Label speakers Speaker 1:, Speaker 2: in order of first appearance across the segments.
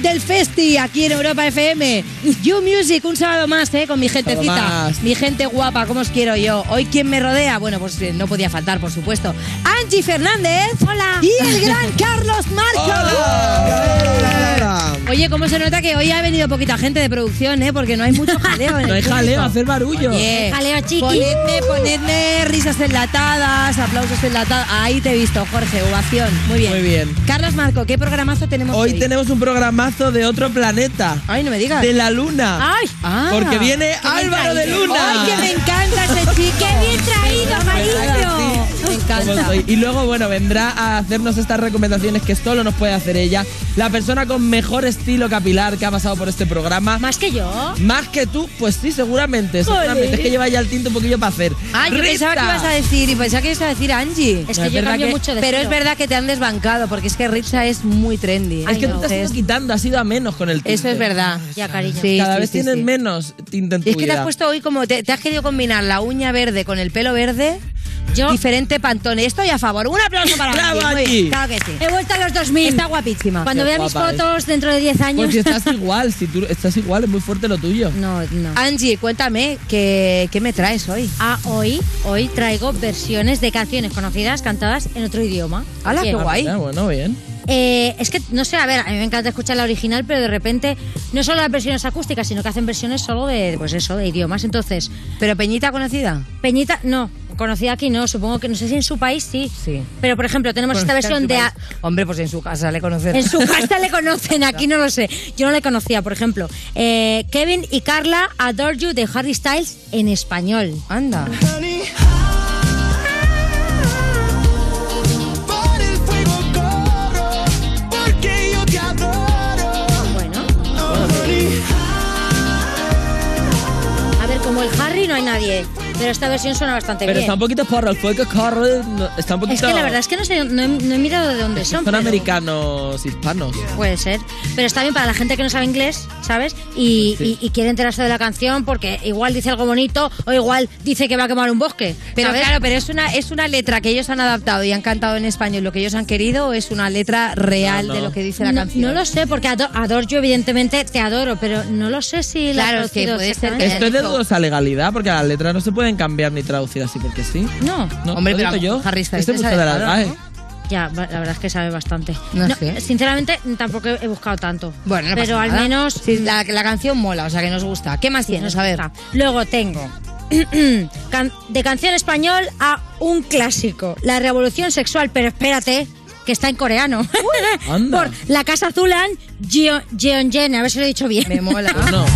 Speaker 1: Travesti aquí en Europa FM. You Music, un sábado más, ¿eh? Con mi gentecita.
Speaker 2: más.
Speaker 1: Mi gente guapa, ¿cómo os quiero yo? Hoy, ¿quién me rodea? Bueno, pues eh, no podía faltar, por supuesto. Angie Fernández. Hola. Y el gran Carlos Marco. Oye, ¿cómo se nota que hoy ha venido poquita gente de producción, eh? Porque no hay mucho jaleo en
Speaker 2: No
Speaker 1: el
Speaker 2: hay jaleo,
Speaker 1: público.
Speaker 2: hacer barullo.
Speaker 1: Oye,
Speaker 3: Jaleo chiqui.
Speaker 1: Ponedme, ponedme risas enlatadas, aplausos enlatados. Ahí te he visto, Jorge, ovación. Muy bien.
Speaker 2: Muy bien.
Speaker 1: Carlos Marco, ¿qué programazo tenemos hoy?
Speaker 2: Hoy tenemos un programazo de otro planeta,
Speaker 1: Ay, no me digas.
Speaker 2: de la luna.
Speaker 1: Ay, ah.
Speaker 2: Porque viene
Speaker 1: Qué bien
Speaker 2: Álvaro de
Speaker 1: traído.
Speaker 2: Luna.
Speaker 1: Ay, que me encanta ese chico.
Speaker 3: ¡Qué bien traído,
Speaker 2: ¿Verdad
Speaker 3: amarillo!
Speaker 2: que sí?
Speaker 1: Me
Speaker 2: Como
Speaker 1: encanta.
Speaker 2: soy. Y luego, bueno, vendrá a hacernos estas recomendaciones que solo nos puede hacer ella, la persona con mejor estilo capilar que ha pasado por este programa.
Speaker 3: ¿Más que yo?
Speaker 2: Más que tú, pues sí, seguramente. seguramente. Es que lleva ya el tinto un poquillo para hacer.
Speaker 1: Ah, yo pensaba que
Speaker 2: Rita.
Speaker 1: ibas a decir, y pensaba que ibas a decir Angie.
Speaker 3: Es
Speaker 2: No,
Speaker 3: que yo
Speaker 2: es verdad
Speaker 3: cambio
Speaker 2: que-
Speaker 3: mucho de
Speaker 1: Pero es
Speaker 3: estilo.
Speaker 1: verdad que te han desbancado, porque es que Ritza es muy trendy.
Speaker 2: Es que tú te has
Speaker 1: Entonces,
Speaker 2: ido quitando, has ido a menos con el tinte.
Speaker 1: Eso es verdad.
Speaker 3: Ya, cariño.
Speaker 1: Sí,
Speaker 2: Cada
Speaker 1: sí,
Speaker 2: vez
Speaker 1: sí,
Speaker 2: tienes
Speaker 1: sí.
Speaker 2: menos tinte en tu
Speaker 1: Y es que te has
Speaker 2: vida.
Speaker 1: puesto hoy como, te, te has querido combinar la uña verde con el pelo verde.
Speaker 3: Yo-
Speaker 1: Diferente pantone. Estoy a favor. Un aplauso para
Speaker 2: ¡Bravo,
Speaker 1: Angie. Muy bien,
Speaker 2: Angie!
Speaker 1: Claro que sí.
Speaker 3: He vuelto a los 2000.
Speaker 1: Está guapísima.
Speaker 3: Cuando
Speaker 2: Qué
Speaker 3: vea mis
Speaker 2: guapa es.
Speaker 3: fotos dentro de 10 años.
Speaker 2: Pues si estás igual, si tú estás igual, es muy fuerte lo tuyo.
Speaker 3: No, no.
Speaker 1: Angie, cuéntame, ¿qué, qué me traes hoy?
Speaker 3: Ah, hoy, hoy traigo versiones de canciones conocidas cantadas en otro idioma.
Speaker 1: ¡Hala, qué
Speaker 3: Bien.
Speaker 1: guay!
Speaker 2: Ya, Ah, bueno, bien.
Speaker 3: Eh, es que, no sé, a ver, a mí me encanta escuchar la original, pero de repente no solo las versiones acústicas, sino que hacen versiones solo de, pues eso, de idiomas. Entonces,
Speaker 1: ¿Pero Peñita conocida?
Speaker 3: Peñita, no, conocida aquí no, supongo que, no sé si en su país sí.
Speaker 1: Sí.
Speaker 3: Pero, por ejemplo, tenemos esta
Speaker 1: Conocida en
Speaker 3: versión
Speaker 1: su
Speaker 3: de...
Speaker 1: país.
Speaker 3: A-
Speaker 1: Hombre, pues en su casa le conocerá.
Speaker 3: En su casa le conocen, aquí no lo sé. Yo no le conocía, por ejemplo. Eh, Kevin y Carla Adore You de Harry Styles en español.
Speaker 1: Anda.
Speaker 4: Por el fuego corro, porque yo te adoro.
Speaker 3: Bueno,
Speaker 4: Honey,
Speaker 3: a ver, como el Harry no hay nadie, pero esta versión suena bastante
Speaker 2: Pero
Speaker 3: bien.
Speaker 2: está un poquito porro, el fuego corre, no- está un
Speaker 3: Es
Speaker 2: poquito...
Speaker 3: que la verdad es que no, sé, no, he, no he mirado de dónde son.
Speaker 2: son
Speaker 3: pero
Speaker 2: americanos hispanos.
Speaker 3: Puede ser. Pero está bien para la gente que no sabe inglés, ¿sabes? Y,
Speaker 2: Sí.
Speaker 3: y- y quiere enterarse de la canción porque igual dice algo bonito o igual dice que va a quemar un bosque.
Speaker 1: Pero
Speaker 3: ¿sabes?
Speaker 1: claro, pero es una, es una letra que ellos han adaptado y han cantado en español lo que ellos han querido o es una letra real
Speaker 2: No, no.
Speaker 1: de lo que dice la
Speaker 3: no,
Speaker 1: canción.
Speaker 3: no lo sé, porque ado- adoro yo, evidentemente, te adoro, pero no lo sé si la
Speaker 1: Claro,
Speaker 3: has
Speaker 1: es que
Speaker 3: traducido
Speaker 1: puede ser
Speaker 3: exactamente.
Speaker 2: Esto es de
Speaker 1: dijo-
Speaker 2: dudosa legalidad, porque las letras no se pueden cambiar ni traducir así porque sí.
Speaker 3: No,
Speaker 2: No,
Speaker 1: Hombre,
Speaker 2: lo
Speaker 1: pero
Speaker 2: digo yo.
Speaker 1: Harry Styles
Speaker 2: Este mucho
Speaker 1: es
Speaker 2: de la
Speaker 1: adecuado,
Speaker 2: RAE.
Speaker 1: ¿no?
Speaker 3: ya, va- la verdad es que sabe bastante.
Speaker 1: No sé.
Speaker 3: Sinceramente, tampoco he he buscado tanto.
Speaker 1: Bueno, no
Speaker 3: Pero
Speaker 1: pasa
Speaker 3: al
Speaker 1: nada.
Speaker 3: menos.
Speaker 1: Sí, la, la canción mola, o sea que nos gusta. ¿Qué más tienes? A ver.
Speaker 3: Está. Luego tengo can- de canción español a un clásico, La Revolución Sexual, pero espérate, que está en coreano.
Speaker 2: anda.
Speaker 3: Por La Casa Azulan, Jeon Jen, a ver si lo he dicho bien.
Speaker 1: Me mola.
Speaker 2: No,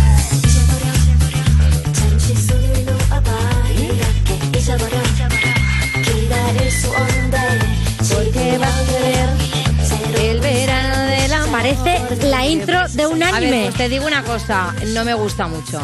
Speaker 1: El verano de la
Speaker 3: Parece la intro de un
Speaker 1: A ver,
Speaker 3: anime.
Speaker 1: pues te digo una cosa, no me gusta mucho.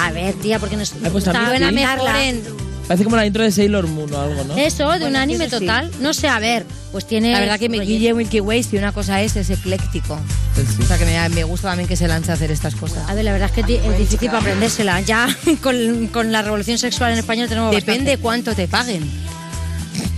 Speaker 3: A ver, tía, porque nos
Speaker 2: pues a mí
Speaker 3: gusta
Speaker 2: sí.
Speaker 3: buena
Speaker 2: Suena
Speaker 3: mejor en-
Speaker 2: parece como la intro de Sailor Moon o algo, ¿no?
Speaker 3: Eso, de un
Speaker 1: Bueno,
Speaker 3: anime
Speaker 1: eso sí.
Speaker 3: total. No sé, a ver, pues tiene...
Speaker 1: La verdad que me
Speaker 3: rollo.
Speaker 1: guille Milky Way, si una cosa es, es ecléctico.
Speaker 2: Pues sí.
Speaker 1: O sea que me, me gusta también que se lance a hacer estas cosas.
Speaker 3: A ver, la verdad es que ti- es
Speaker 2: pues
Speaker 3: difícil para aprendérsela. Ya con, con la revolución sexual en español tenemos
Speaker 1: Depende cuánto te paguen.
Speaker 3: bastante.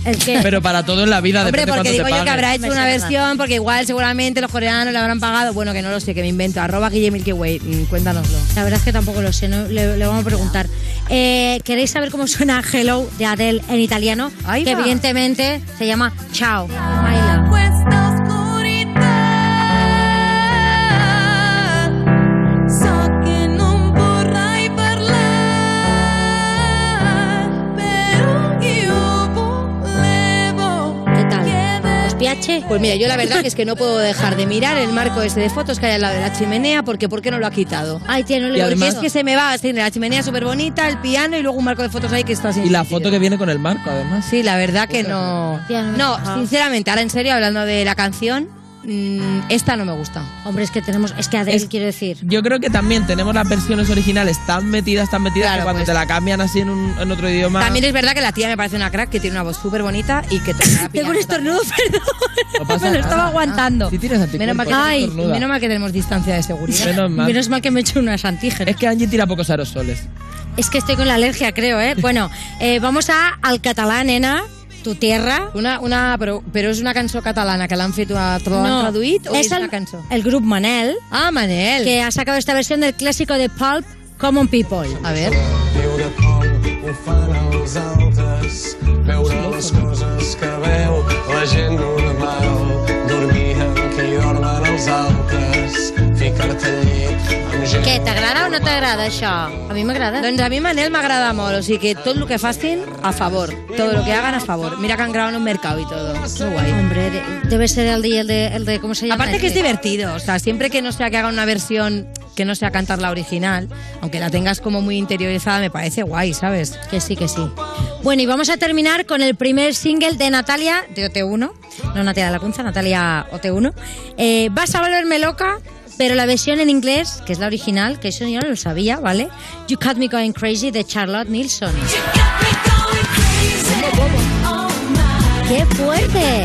Speaker 3: El que...
Speaker 2: Pero para todo en la vida,
Speaker 1: Hombre,
Speaker 2: depende
Speaker 1: porque
Speaker 2: cuánto
Speaker 1: digo
Speaker 2: te
Speaker 1: yo que
Speaker 2: paguen.
Speaker 1: habrá hecho
Speaker 3: Me
Speaker 1: una
Speaker 3: suena.
Speaker 1: versión, porque igual seguramente los coreanos le habrán pagado. Bueno, que no lo sé, que me invento. Arroba Guille Milky Way, mm, cuéntanoslo.
Speaker 3: La verdad es que tampoco lo sé, no- le, le vamos a preguntar. Eh, ¿Queréis saber cómo suena Hello de Adele en italiano?
Speaker 1: Ahí
Speaker 3: que
Speaker 1: va.
Speaker 3: evidentemente se llama Ciao. Baila.
Speaker 4: Esta oscuridad, so che non vorrai parlare, però io volevo
Speaker 3: ¿Qué tal? ¿Os piace?
Speaker 1: Pues mira, yo la verdad que es que no puedo dejar de mirar el marco ese de fotos que hay al lado de la chimenea, porque ¿por qué no lo ha quitado?
Speaker 3: Ay, tía, no
Speaker 2: Y
Speaker 3: le
Speaker 2: además-
Speaker 1: Porque es que se me va, tiene la chimenea súper bonita, el piano y luego un marco de fotos ahí que está así.
Speaker 2: Y la foto que viene con el marco, además.
Speaker 1: Sí, la verdad que no.
Speaker 3: Ya no me
Speaker 1: No,
Speaker 3: fijaba.
Speaker 1: sinceramente, ahora en serio, hablando de la canción, mm, esta no me gusta.
Speaker 3: Hombre, es que tenemos... Es que Adele,
Speaker 2: Es-
Speaker 3: quiero decir...
Speaker 2: Yo creo que también tenemos las versiones originales tan metidas, tan metidas,
Speaker 1: Claro,
Speaker 2: que cuando
Speaker 1: pues.
Speaker 2: te la cambian así en, un- en otro idioma.
Speaker 1: También es verdad que la tía me parece una crack, que tiene una voz súper bonita y que toca
Speaker 3: Tengo un
Speaker 1: piano también.
Speaker 3: estornudo, perdón.
Speaker 2: No pasa
Speaker 3: me lo
Speaker 2: nada.
Speaker 3: estaba aguantando.
Speaker 2: Sí tienes anticuerpos,
Speaker 1: Menos mal, que
Speaker 2: eres
Speaker 1: Ay,
Speaker 2: cornuda.
Speaker 1: menos mal que tenemos distancia de seguridad.
Speaker 2: Menos mal.
Speaker 3: Menos mal que me he hecho unas antígenas.
Speaker 2: Es que Angie tira pocos aerosoles.
Speaker 3: Es que estoy con la alergia, creo, ¿eh? Bueno, eh, vamos a al catalán, nena. tu tierra.
Speaker 1: Una, una, però, però és una cançó catalana que l'han fet a no. traduït o és,
Speaker 3: el,
Speaker 1: una cançó?
Speaker 3: el grup Manel,
Speaker 1: Ah, Manel.
Speaker 3: que ha sacado esta versión del clásico de Pulp, Common People.
Speaker 1: A veure.
Speaker 4: Viure com ho fan els altres, veure les coses que veu la gent normal, dormir amb qui dormen els altres, ficar-te al llit amb gent...
Speaker 5: Què, t'agrada o no t'agrada això? A mi m'agrada.
Speaker 1: Doncs a mi Manel m'agrada molt, o sigui que tot el que facin, a favor. Tot lo que hagan, a favor. Mira que han grabado en un mercado y todo. Muy guay.
Speaker 3: Hombre, de- debe ser el de, el de, el de- ¿cómo se llama?
Speaker 1: Aparte que es
Speaker 3: El de-
Speaker 1: divertido, o sea, siempre que no sea que haga una versión que no sea cantar la original, aunque la tengas como muy interiorizada, me parece guay, ¿sabes?
Speaker 3: Que sí, que sí. Bueno, y vamos a terminar con el primer single de Natalia de OT1. No Natalia de la Cunza, Natalia OT1. Eh, Vas a volverme loca, pero la versión en inglés, que es la original, que eso yo no lo sabía, ¿vale? You Got Me Going Crazy de Charlotte Nilsson. ¡Qué fuerte!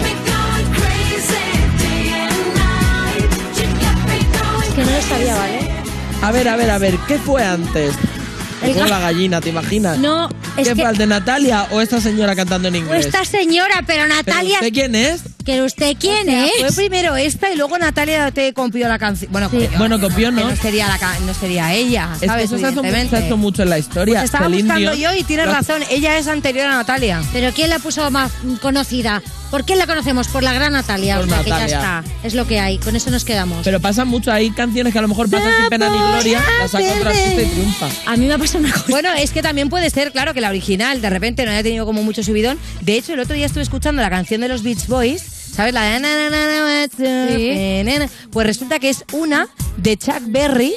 Speaker 3: Es que no lo sabía, ¿vale?
Speaker 2: A ver, a ver, a ver, ¿qué fue antes?
Speaker 3: El
Speaker 2: Con
Speaker 3: ga-
Speaker 2: la gallina, ¿te imaginas?
Speaker 3: No, es
Speaker 2: ¿Qué
Speaker 3: que-
Speaker 2: fue el de Natalia o esta señora cantando en
Speaker 3: O
Speaker 1: Pues
Speaker 2: inglés?
Speaker 3: esta señora, pero
Speaker 2: ¿Pero
Speaker 3: Natalia...
Speaker 2: ¿Usted quién es?
Speaker 3: ¿Que usted quién
Speaker 1: Fue
Speaker 3: es?
Speaker 1: primero esta y luego Natalia te copió la canción. Bueno,
Speaker 3: Sí.
Speaker 1: copió.
Speaker 2: Bueno, copió,
Speaker 1: Que
Speaker 2: ¿no?
Speaker 1: no sería, la ca- no sería ella,
Speaker 2: Es que
Speaker 1: ¿sabes?
Speaker 2: eso se hace, mu- se
Speaker 1: Evidentemente.
Speaker 2: hace mucho en la historia.
Speaker 1: Pues estaba
Speaker 2: que el
Speaker 1: buscando
Speaker 2: indio-
Speaker 1: yo y tienes
Speaker 2: lo-
Speaker 1: razón, ella es anterior a Natalia.
Speaker 3: ¿Pero quién la puso más conocida? ¿Por quién la conocemos? Por la gran Natalia.
Speaker 2: Por
Speaker 3: o sea, que ya
Speaker 2: Natalia.
Speaker 3: está. Es lo que hay. Con eso nos quedamos.
Speaker 2: Pero pasa mucho, hay canciones que a lo mejor pasan sin pena ni gloria, las saca otra artista y triunfa.
Speaker 3: A mí me ha pasado una cosa.
Speaker 1: Bueno, es que también puede ser, claro, que la original de repente no haya tenido como mucho subidón. De hecho, el otro día estuve escuchando la canción de los Beach Boys, ¿sabes? La de... na, na, na, na, what's up,
Speaker 3: Sí.
Speaker 1: eh, na, na. Pues resulta que es una de Chuck Berry,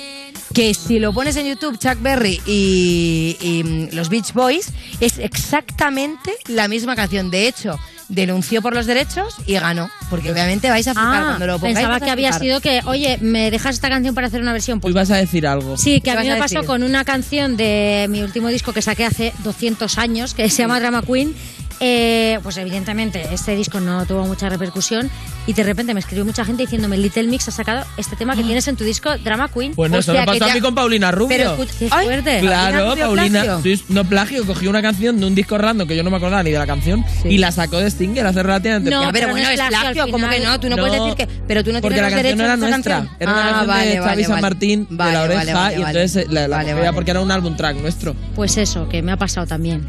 Speaker 1: que si lo pones en YouTube, Chuck Berry y, y, mm, los Beach Boys, es exactamente la misma canción. De hecho, denunció por los derechos y ganó. Porque obviamente vais a flipar
Speaker 3: ah,
Speaker 1: cuando lo pongáis.
Speaker 3: pensaba
Speaker 1: vais a
Speaker 3: que había
Speaker 1: flipar.
Speaker 3: sido que, oye, ¿me dejas esta canción para hacer una versión?
Speaker 2: Pues
Speaker 3: Pues
Speaker 2: vas a decir algo.
Speaker 3: Sí, que a
Speaker 1: ¿Qué
Speaker 3: mí
Speaker 1: vas
Speaker 3: me
Speaker 1: a
Speaker 3: pasó
Speaker 1: decir?
Speaker 3: con una canción de mi último disco que saqué hace 200 años, que se llama Drama Queen. Eh, pues evidentemente este disco no tuvo mucha repercusión y de repente me escribió mucha gente diciéndome Little Mix ha sacado este tema
Speaker 1: Mm.
Speaker 3: que tienes en tu disco Drama Queen.
Speaker 2: Bueno, Pues eso
Speaker 1: Hostia,
Speaker 2: me pasó
Speaker 1: que
Speaker 2: a
Speaker 1: ya-
Speaker 2: mí con Paulina Rubio.
Speaker 1: Pero escucha-
Speaker 3: Qué
Speaker 1: ¡Ay!
Speaker 3: fuerte.
Speaker 2: Claro,
Speaker 1: Rubio
Speaker 2: Paulina,
Speaker 1: plagio.
Speaker 2: sí, no plagio, cogió una canción de un disco random que yo no me acordaba ni de la canción y la sacó de Stinger hace relativamente
Speaker 3: No,
Speaker 1: Ya, Ah, pero,
Speaker 3: pero
Speaker 1: bueno,
Speaker 3: no
Speaker 1: es
Speaker 3: es plagio,
Speaker 1: plagio,
Speaker 3: al
Speaker 1: como que
Speaker 3: final.
Speaker 1: no, tú no, puedes decir que. Pero tú no
Speaker 2: porque
Speaker 1: tienes
Speaker 2: la canción
Speaker 1: los derechos
Speaker 2: no era
Speaker 1: de esa
Speaker 2: nuestra.
Speaker 1: canción.
Speaker 2: Era una
Speaker 1: ah,
Speaker 2: canción
Speaker 1: vale,
Speaker 2: de Xavi
Speaker 1: vale,
Speaker 2: San
Speaker 1: vale.
Speaker 2: Martín de
Speaker 1: Vale,
Speaker 2: la
Speaker 1: vale,
Speaker 2: oreja
Speaker 1: vale,
Speaker 2: y
Speaker 1: vale.
Speaker 2: entonces eh, la, la
Speaker 1: Vale,
Speaker 2: cogía
Speaker 1: vale.
Speaker 2: porque era un álbum track nuestro.
Speaker 3: Pues eso, que me ha pasado también.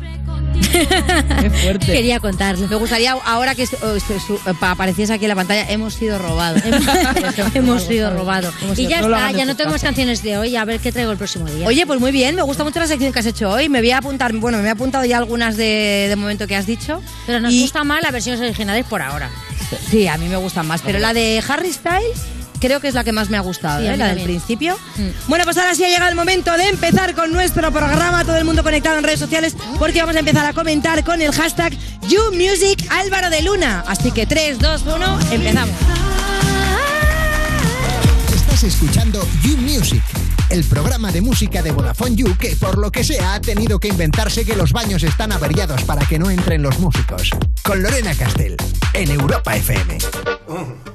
Speaker 2: Qué fuerte.
Speaker 3: Quería contarlo.
Speaker 1: Me gustaría ahora que esto- esto- su- pa- apareciese aquí en la pantalla, hemos sido robados.
Speaker 3: Hemos sido robados.
Speaker 1: Hemos
Speaker 3: Y
Speaker 1: sido-
Speaker 3: ya
Speaker 2: no lo
Speaker 3: está,
Speaker 2: hagan
Speaker 3: ya
Speaker 2: en
Speaker 3: no
Speaker 2: sus
Speaker 3: tenemos
Speaker 2: casas.
Speaker 3: canciones de hoy. A ver qué traigo el próximo día.
Speaker 1: Oye, pues muy bien, me gusta mucho la sección que has hecho hoy. Me voy a apuntar, bueno, me voy a apuntar ya algunas de, de momento que has dicho.
Speaker 3: Pero nos
Speaker 1: Y-
Speaker 3: gusta más las versiones originales por ahora.
Speaker 1: Sí, a mí me gustan más. Pero la de Harry Styles creo que es la que más me ha gustado,
Speaker 3: Sí, a
Speaker 1: ¿eh?
Speaker 3: mí
Speaker 1: la del
Speaker 3: también.
Speaker 1: principio.
Speaker 3: Mm.
Speaker 1: Bueno, pues ahora sí ha llegado el momento de empezar con nuestro programa. Todo el mundo conectado en redes sociales porque vamos a empezar a comentar con el hashtag YouMusic Álvaro de Luna. Así que 3, 2, 1, empezamos.
Speaker 6: Estás escuchando You Music, el programa de música de Vodafone You que por lo que sea ha tenido que inventarse que los baños están averiados para que no entren los músicos. Con Lorena Castel, en Europa FM.
Speaker 4: Mm.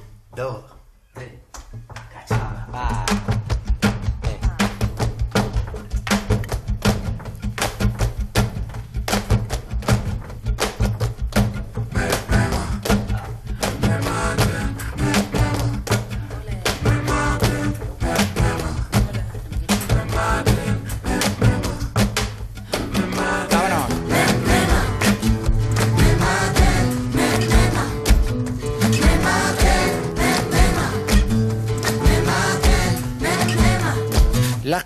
Speaker 7: Las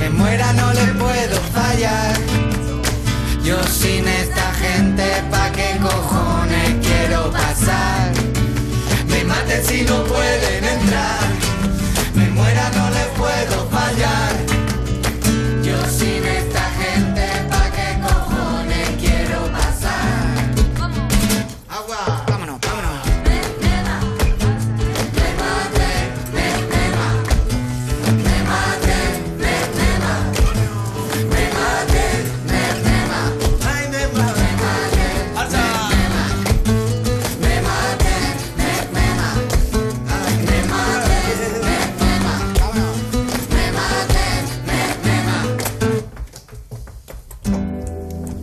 Speaker 7: Me muera, no le puedo fallar. Yo sin esta gente, ¿pa' qué cojones quiero pasar? Me maten si no pueden entrar. Me muera, no le puedo fallar. Yo sin esta gente, ¿pa' qué cojones quiero pasar? Agua, vámonos, vámonos.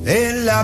Speaker 8: en la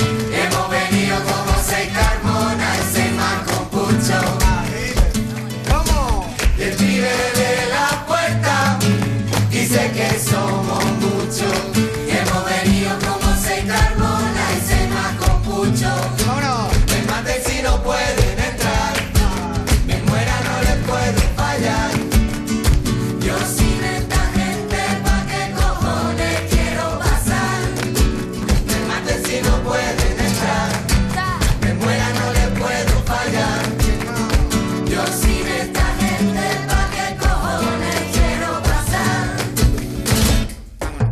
Speaker 4: Hemos venido como seis carmonas y seis más con pucho. Que vive de la puerta, dice que somos muchos. Hemos venido como seis carmonas y seis más con pucho. Me maten si no pueden entrar, me muera no les puedo fallar. Yo sin esta gente, ¿pa' qué cojones quiero pasar? Me maten si no pueden entrar, me muera no les puedo fallar. Yo sin esta gente, ¿pa' qué cojones quiero pasar?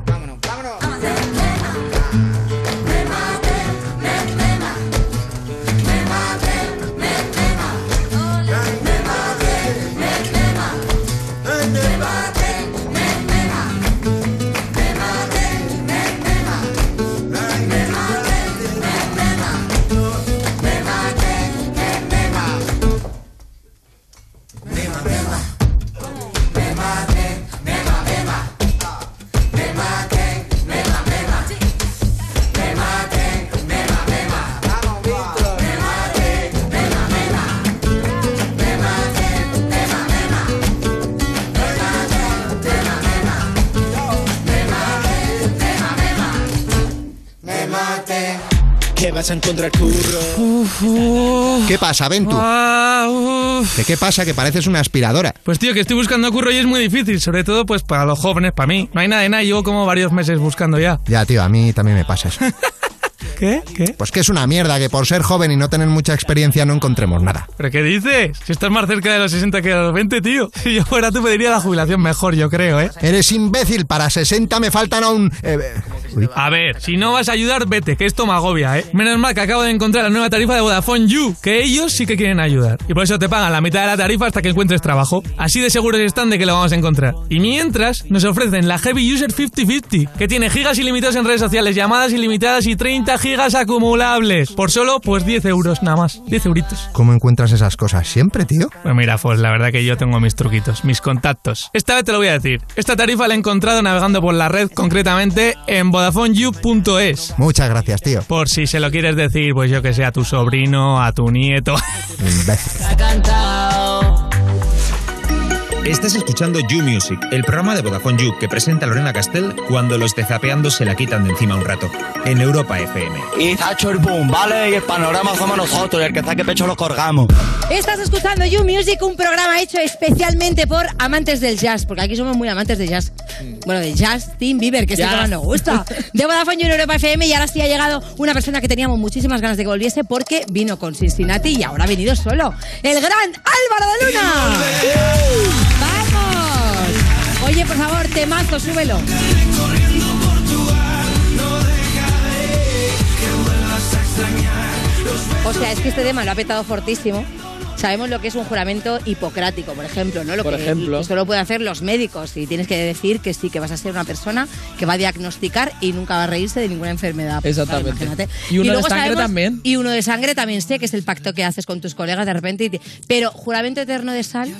Speaker 4: Vámonos, vámonos, vámonos. Me maten, me tema, me maten, me tema, me maten, me tema. Me maten, me tema, me maten, me tema, me maten, me tema, me maten, me tema, me maten, me maten, me maten, me maten, me maten, me maten, me me maten.
Speaker 9: Que vas a encontrar curro.
Speaker 6: ¿Qué pasa, Ventu? ¿De qué pasa que pareces una aspiradora?
Speaker 10: Pues tío, que estoy buscando curro y es muy difícil, sobre todo pues para los jóvenes, para mí. No hay nada de nada, llevo como varios meses buscando ya.
Speaker 6: Ya, tío, a mí también me pasa eso.
Speaker 10: ¿Qué? ¿Qué?
Speaker 6: Pues que es una mierda que por ser joven y no tener mucha experiencia no encontremos nada.
Speaker 10: ¿Pero qué dices? Si estás más cerca de los 60 que de los 20, tío. Si yo fuera tú pediría la jubilación mejor, yo creo, ¿eh?
Speaker 6: Eres imbécil, para 60 me faltan aún... eh, uy.
Speaker 10: A ver, si no vas a ayudar, vete, que esto me agobia, ¿eh? Menos mal que acabo de encontrar la nueva tarifa de Vodafone You, que ellos sí que quieren ayudar. Y por eso te pagan la mitad de la tarifa hasta que encuentres trabajo. Así de seguros están de que lo vamos a encontrar. Y mientras, nos ofrecen la Heavy User 5050, que tiene gigas ilimitados en redes sociales, llamadas ilimitadas y 30 gigas acumulables. Por solo, pues 10 euros nada más. 10 euritos.
Speaker 6: ¿Cómo encuentras esas cosas siempre, tío?
Speaker 10: Pues mira, Fos, la verdad que yo tengo mis truquitos, mis contactos. Esta vez te lo voy a decir. Esta tarifa la he encontrado navegando por la red, concretamente en VodafoneYou.es.
Speaker 6: Muchas gracias, tío.
Speaker 10: Por si se lo quieres decir, pues yo que sé, a tu sobrino, a tu nieto.
Speaker 6: Imbécil.
Speaker 11: Estás escuchando You Music, el programa de Vodafone You que presenta Lorena Castell cuando los de Zapeando se la quitan de encima un rato. En Europa FM.
Speaker 12: Y está hecho el boom, ¿vale? Y el panorama somos nosotros, y el que está que pecho lo colgamos.
Speaker 1: Estás escuchando You Music, un programa hecho especialmente por amantes del jazz, porque aquí somos muy amantes de jazz. Bueno, de jazz, Tim Bieber, que este
Speaker 2: Jazz.
Speaker 1: programa nos gusta. De Vodafone You en Europa FM y ahora sí ha llegado una persona que teníamos muchísimas ganas de que volviese porque vino con Cincinnati y ahora ha venido solo. El gran Álvaro de Luna. ¡Vamos! Oye, por favor, temazo, súbelo. O sea, es que este tema lo ha petado fortísimo. Sabemos lo que es un juramento hipocrático, por ejemplo, ¿no? Lo
Speaker 2: Por
Speaker 1: que
Speaker 2: ejemplo.
Speaker 1: solo pueden hacer los médicos y tienes que decir que sí, que vas a ser una persona que va a diagnosticar y nunca va a reírse de ninguna enfermedad. Pues, claro,
Speaker 2: Exactamente.
Speaker 1: imagínate.
Speaker 2: Y uno de
Speaker 1: luego
Speaker 2: sangre también.
Speaker 1: Y uno de sangre también sé que es el pacto que haces con tus colegas de repente. y te- pero juramento eterno de sal,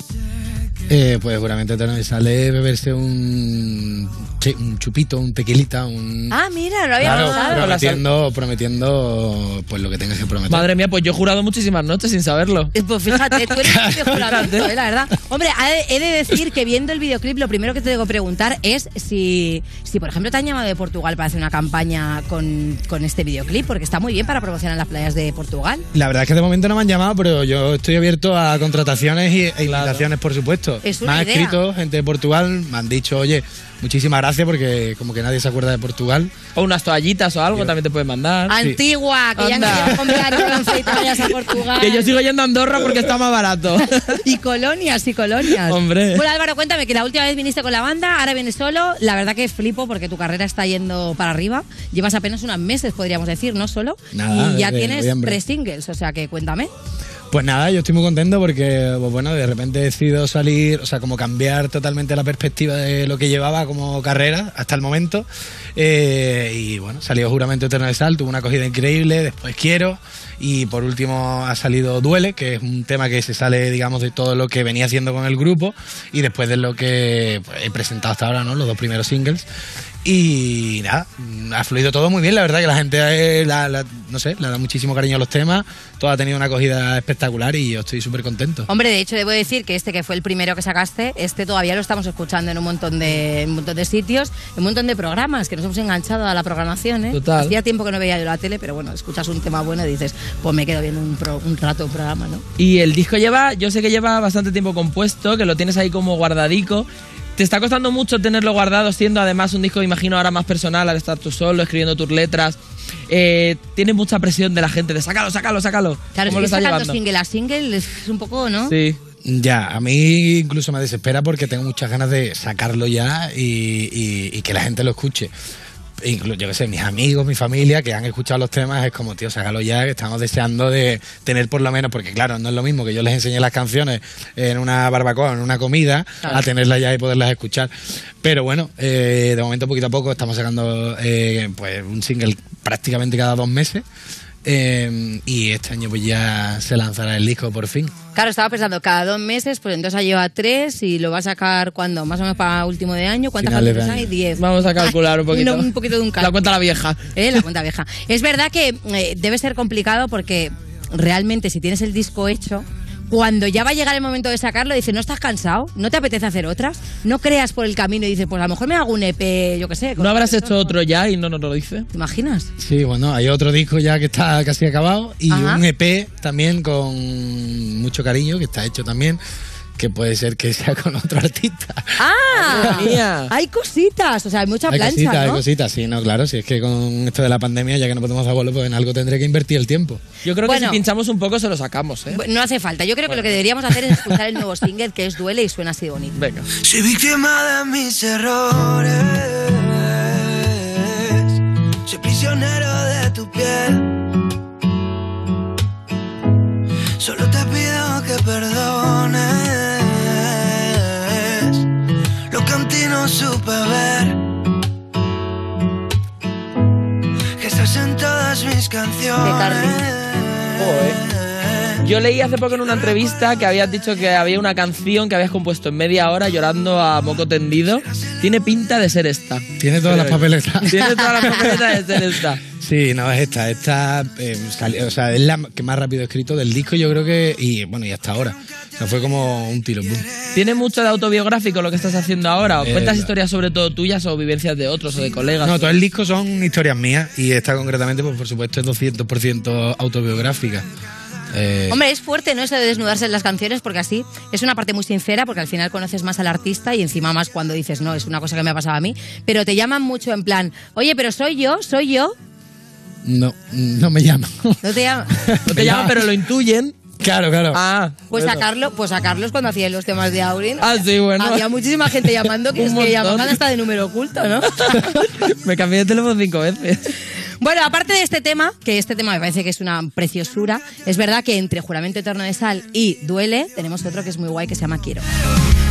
Speaker 13: Eh, pues seguramente te nos sale beberse un, che- un chupito, un tequilita,
Speaker 2: Mm.
Speaker 13: un...
Speaker 1: Ah, mira, lo había
Speaker 13: Claro,
Speaker 1: notado.
Speaker 13: prometiendo, prometiendo pues lo que tengas que prometer.
Speaker 2: Madre mía, pues yo he jurado muchísimas noches sin saberlo.
Speaker 1: Eh, Pues fíjate, tú eres un juramento, eh, la verdad. Hombre, ha de- he de decir que viendo el videoclip, lo primero que te debo preguntar es si, si por ejemplo, te han llamado de Portugal para hacer una campaña con, con este videoclip, porque está muy bien para promocionar las playas de Portugal.
Speaker 13: La verdad es que de momento no me han llamado, pero yo estoy abierto a contrataciones y, e invitaciones, por supuesto. claro,
Speaker 1: Es
Speaker 13: me
Speaker 1: una
Speaker 13: ha
Speaker 1: idea.
Speaker 13: escrito gente de Portugal, me han dicho, oye, muchísimas gracias porque como que nadie se acuerda de Portugal.
Speaker 2: O unas toallitas o algo también te pueden mandar.
Speaker 12: Ah,
Speaker 1: Antigua,
Speaker 2: que ya no
Speaker 1: Anda.
Speaker 2: quiero
Speaker 1: comprar
Speaker 3: a Portugal.
Speaker 2: Que yo sigo yendo a Andorra porque está más barato.
Speaker 1: Y colonias, y colonias.
Speaker 2: Hombre.
Speaker 3: Bueno, Álvaro, cuéntame que la última vez viniste con la banda, ahora vienes solo.
Speaker 1: La verdad que flipo porque tu carrera está yendo para arriba. Llevas apenas unos meses, podríamos decir, ¿no? Solo.
Speaker 13: Nada,
Speaker 1: y ya
Speaker 13: desde
Speaker 1: tienes
Speaker 13: noviembre.
Speaker 1: tres singles, o sea que cuéntame.
Speaker 13: Pues nada, yo estoy muy contento porque, pues bueno, de repente he decidido salir, o sea, como cambiar totalmente la perspectiva de lo que llevaba como carrera hasta el momento. Eh, y bueno, salió Juramento Eterno de Sal, tuvo una acogida increíble, después Quiero, y por último ha salido Duele, que es un tema que se sale, digamos, de todo lo que venía haciendo con el grupo y después de lo que pues, he presentado hasta ahora, ¿no? Los dos primeros singles. Y nada, mm, ha fluido todo muy bien, la verdad que la gente, eh, la- la- no sé, le da muchísimo cariño a los temas, todo ha tenido una acogida espectacular y yo estoy súper contento.
Speaker 1: Hombre, de hecho, debo decir que este que fue el primero que sacaste, este todavía lo estamos escuchando en un montón de, en un montón de sitios, en un montón de programas, que nos hemos enganchado a la programación. ¿eh?
Speaker 2: Total.
Speaker 1: Hacía tiempo que no veía yo la tele, pero bueno, escuchas un tema bueno y dices, pues me quedo viendo un, pro- un rato un programa, ¿no?
Speaker 2: Y el disco lleva, yo sé que lleva bastante tiempo compuesto, que lo tienes ahí como guardadico. ¿Te está costando mucho tenerlo guardado, siendo además un disco, imagino, ahora más personal, al estar tú solo, escribiendo tus letras? Eh, ¿Tienes mucha presión de la gente de sácalo, sácalo, sácalo?
Speaker 1: Claro,
Speaker 2: ¿Cómo lo
Speaker 1: es que
Speaker 2: estás
Speaker 1: sacando
Speaker 2: llevando?
Speaker 1: single a single es un poco, ¿no?
Speaker 2: Sí.
Speaker 13: Ya, a mí incluso me desespera porque tengo muchas ganas de sacarlo ya y, y- y que la gente lo escuche. Inclu- yo qué sé, mis amigos, mi familia que han escuchado los temas, es como, tío, sácalo ya, que estamos deseando de tener por lo menos, porque claro, no es lo mismo que yo les enseñe las canciones en una barbacoa, en una comida,
Speaker 2: Claro.
Speaker 13: a tenerlas ya y poderlas escuchar. Pero bueno, eh, de momento poquito a poco estamos sacando eh, pues un single prácticamente cada dos meses. eh, y este año pues ya se lanzará el disco por fin.
Speaker 1: Claro, estaba pensando, cada dos meses, pues entonces lleva tres y lo va a sacar cuando, más o menos para último de año, ¿cuántas
Speaker 13: Finales de
Speaker 1: canciones hay?
Speaker 13: año.
Speaker 1: Diez.
Speaker 2: Vamos a calcular un poquito.
Speaker 1: No, un poquito de un
Speaker 2: La
Speaker 1: cálculo.
Speaker 2: cuenta la vieja.
Speaker 1: Eh, la cuenta vieja. Es verdad que eh, debe ser complicado porque realmente si tienes el disco hecho, cuando ya va a llegar el momento de sacarlo, dices, ¿no estás cansado? ¿No te apetece hacer otras? ¿No creas por el camino y dices, pues a lo mejor me hago un EP, yo qué sé? con-
Speaker 2: ¿No habrás hecho otro ya y no nos lo dices?
Speaker 1: ¿Te imaginas?
Speaker 13: Sí, bueno, hay otro disco ya que está casi acabado y
Speaker 1: Ajá.
Speaker 13: un EP también con mucho cariño que está hecho también, que puede ser que sea con otro artista.
Speaker 1: ¡Ah!
Speaker 13: Madre mía.
Speaker 1: Hay cositas, o sea, hay mucha
Speaker 13: hay
Speaker 1: plancha,
Speaker 13: cositas, hay
Speaker 1: ¿no?
Speaker 13: cositas, sí, no, claro, si es que con esto de la pandemia, ya que no podemos hacerlo, pues en algo tendré que invertir el tiempo.
Speaker 2: Yo creo
Speaker 1: Bueno.
Speaker 2: que si pinchamos un poco se lo sacamos, ¿eh?
Speaker 1: Pues No hace falta. Yo creo que lo que deberíamos hacer es escuchar el nuevo single que es Duele y suena así de bonito.
Speaker 2: Venga.
Speaker 4: Soy víctima de mis errores. Soy prisionero de tu piel. Solo te pido que perdones lo que en ti no supe ver. Que estás en todas mis canciones.
Speaker 2: Yo leí hace poco en una entrevista que habías dicho que había una canción que habías compuesto en media hora llorando a moco tendido. Tiene pinta de ser esta.
Speaker 13: Tiene todas las papeletas.
Speaker 2: Tiene todas las papeletas de ser esta.
Speaker 13: Sí, no, es esta. Esta eh, salió- o sea, es la que más rápido he escrito del disco, yo creo que. Y bueno, y hasta ahora. O sea, fue como un tiro. pum.
Speaker 2: ¿Tiene mucho de autobiográfico lo que estás haciendo ahora? ¿O
Speaker 13: Eh,
Speaker 2: cuentas
Speaker 13: no.
Speaker 2: historias sobre todo tuyas o vivencias de otros o de colegas?
Speaker 13: No, todo el disco son historias mías y esta concretamente, pues por supuesto, es 200% autobiográfica. Eh,
Speaker 1: Hombre, es fuerte, ¿no? Eso de desnudarse en las canciones, porque así es una parte muy sincera, porque al final conoces más al artista y encima más cuando dices, no, es una cosa que me ha pasado a mí. Pero te llaman mucho en plan, oye, pero soy yo, soy yo.
Speaker 13: No, no me llama.
Speaker 1: No te llaman.
Speaker 2: No te llaman, pero lo intuyen.
Speaker 13: Claro, claro.
Speaker 2: Ah,
Speaker 1: Pues a
Speaker 2: bueno.
Speaker 1: Carlos, pues a Carlos cuando hacía los temas de Aurin.
Speaker 2: Ah, sí, bueno.
Speaker 1: Había muchísima gente llamando que
Speaker 2: Un
Speaker 1: es que
Speaker 2: montón.
Speaker 1: llamaban hasta de número oculto, ¿no?
Speaker 2: Me cambié de teléfono cinco veces.
Speaker 1: Bueno, aparte de este tema, que este tema me parece que es una preciosura, es verdad que entre Juramento Eterno de Sal y Duele tenemos otro que es muy guay que se llama Quiero.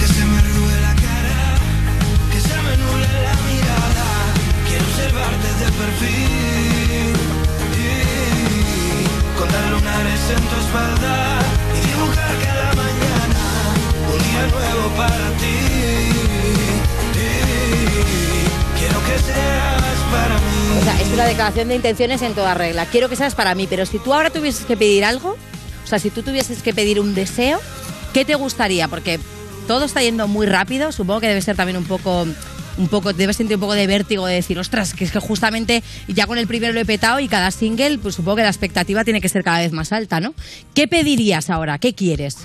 Speaker 4: Que se me anule la mirada Quiero observarte de perfil Con las lunares en tu espalda Y dibujar cada mañana Un día nuevo para ti Quiero que seas para mí
Speaker 1: O sea, es una declaración de intenciones en toda regla. Quiero que seas para mí, pero si tú ahora tuvieses que pedir algo, o sea, si tú tuvieses que pedir un deseo, ¿qué te gustaría? Porque todo está yendo muy rápido, supongo que debe ser también un poco un poco debes sentir un poco de vértigo de decir, "Ostras, que es que justamente ya con el primero lo he petado y cada single, pues supongo que la expectativa tiene que ser cada vez más alta, ¿no? ¿Qué pedirías ahora? ¿Qué quieres?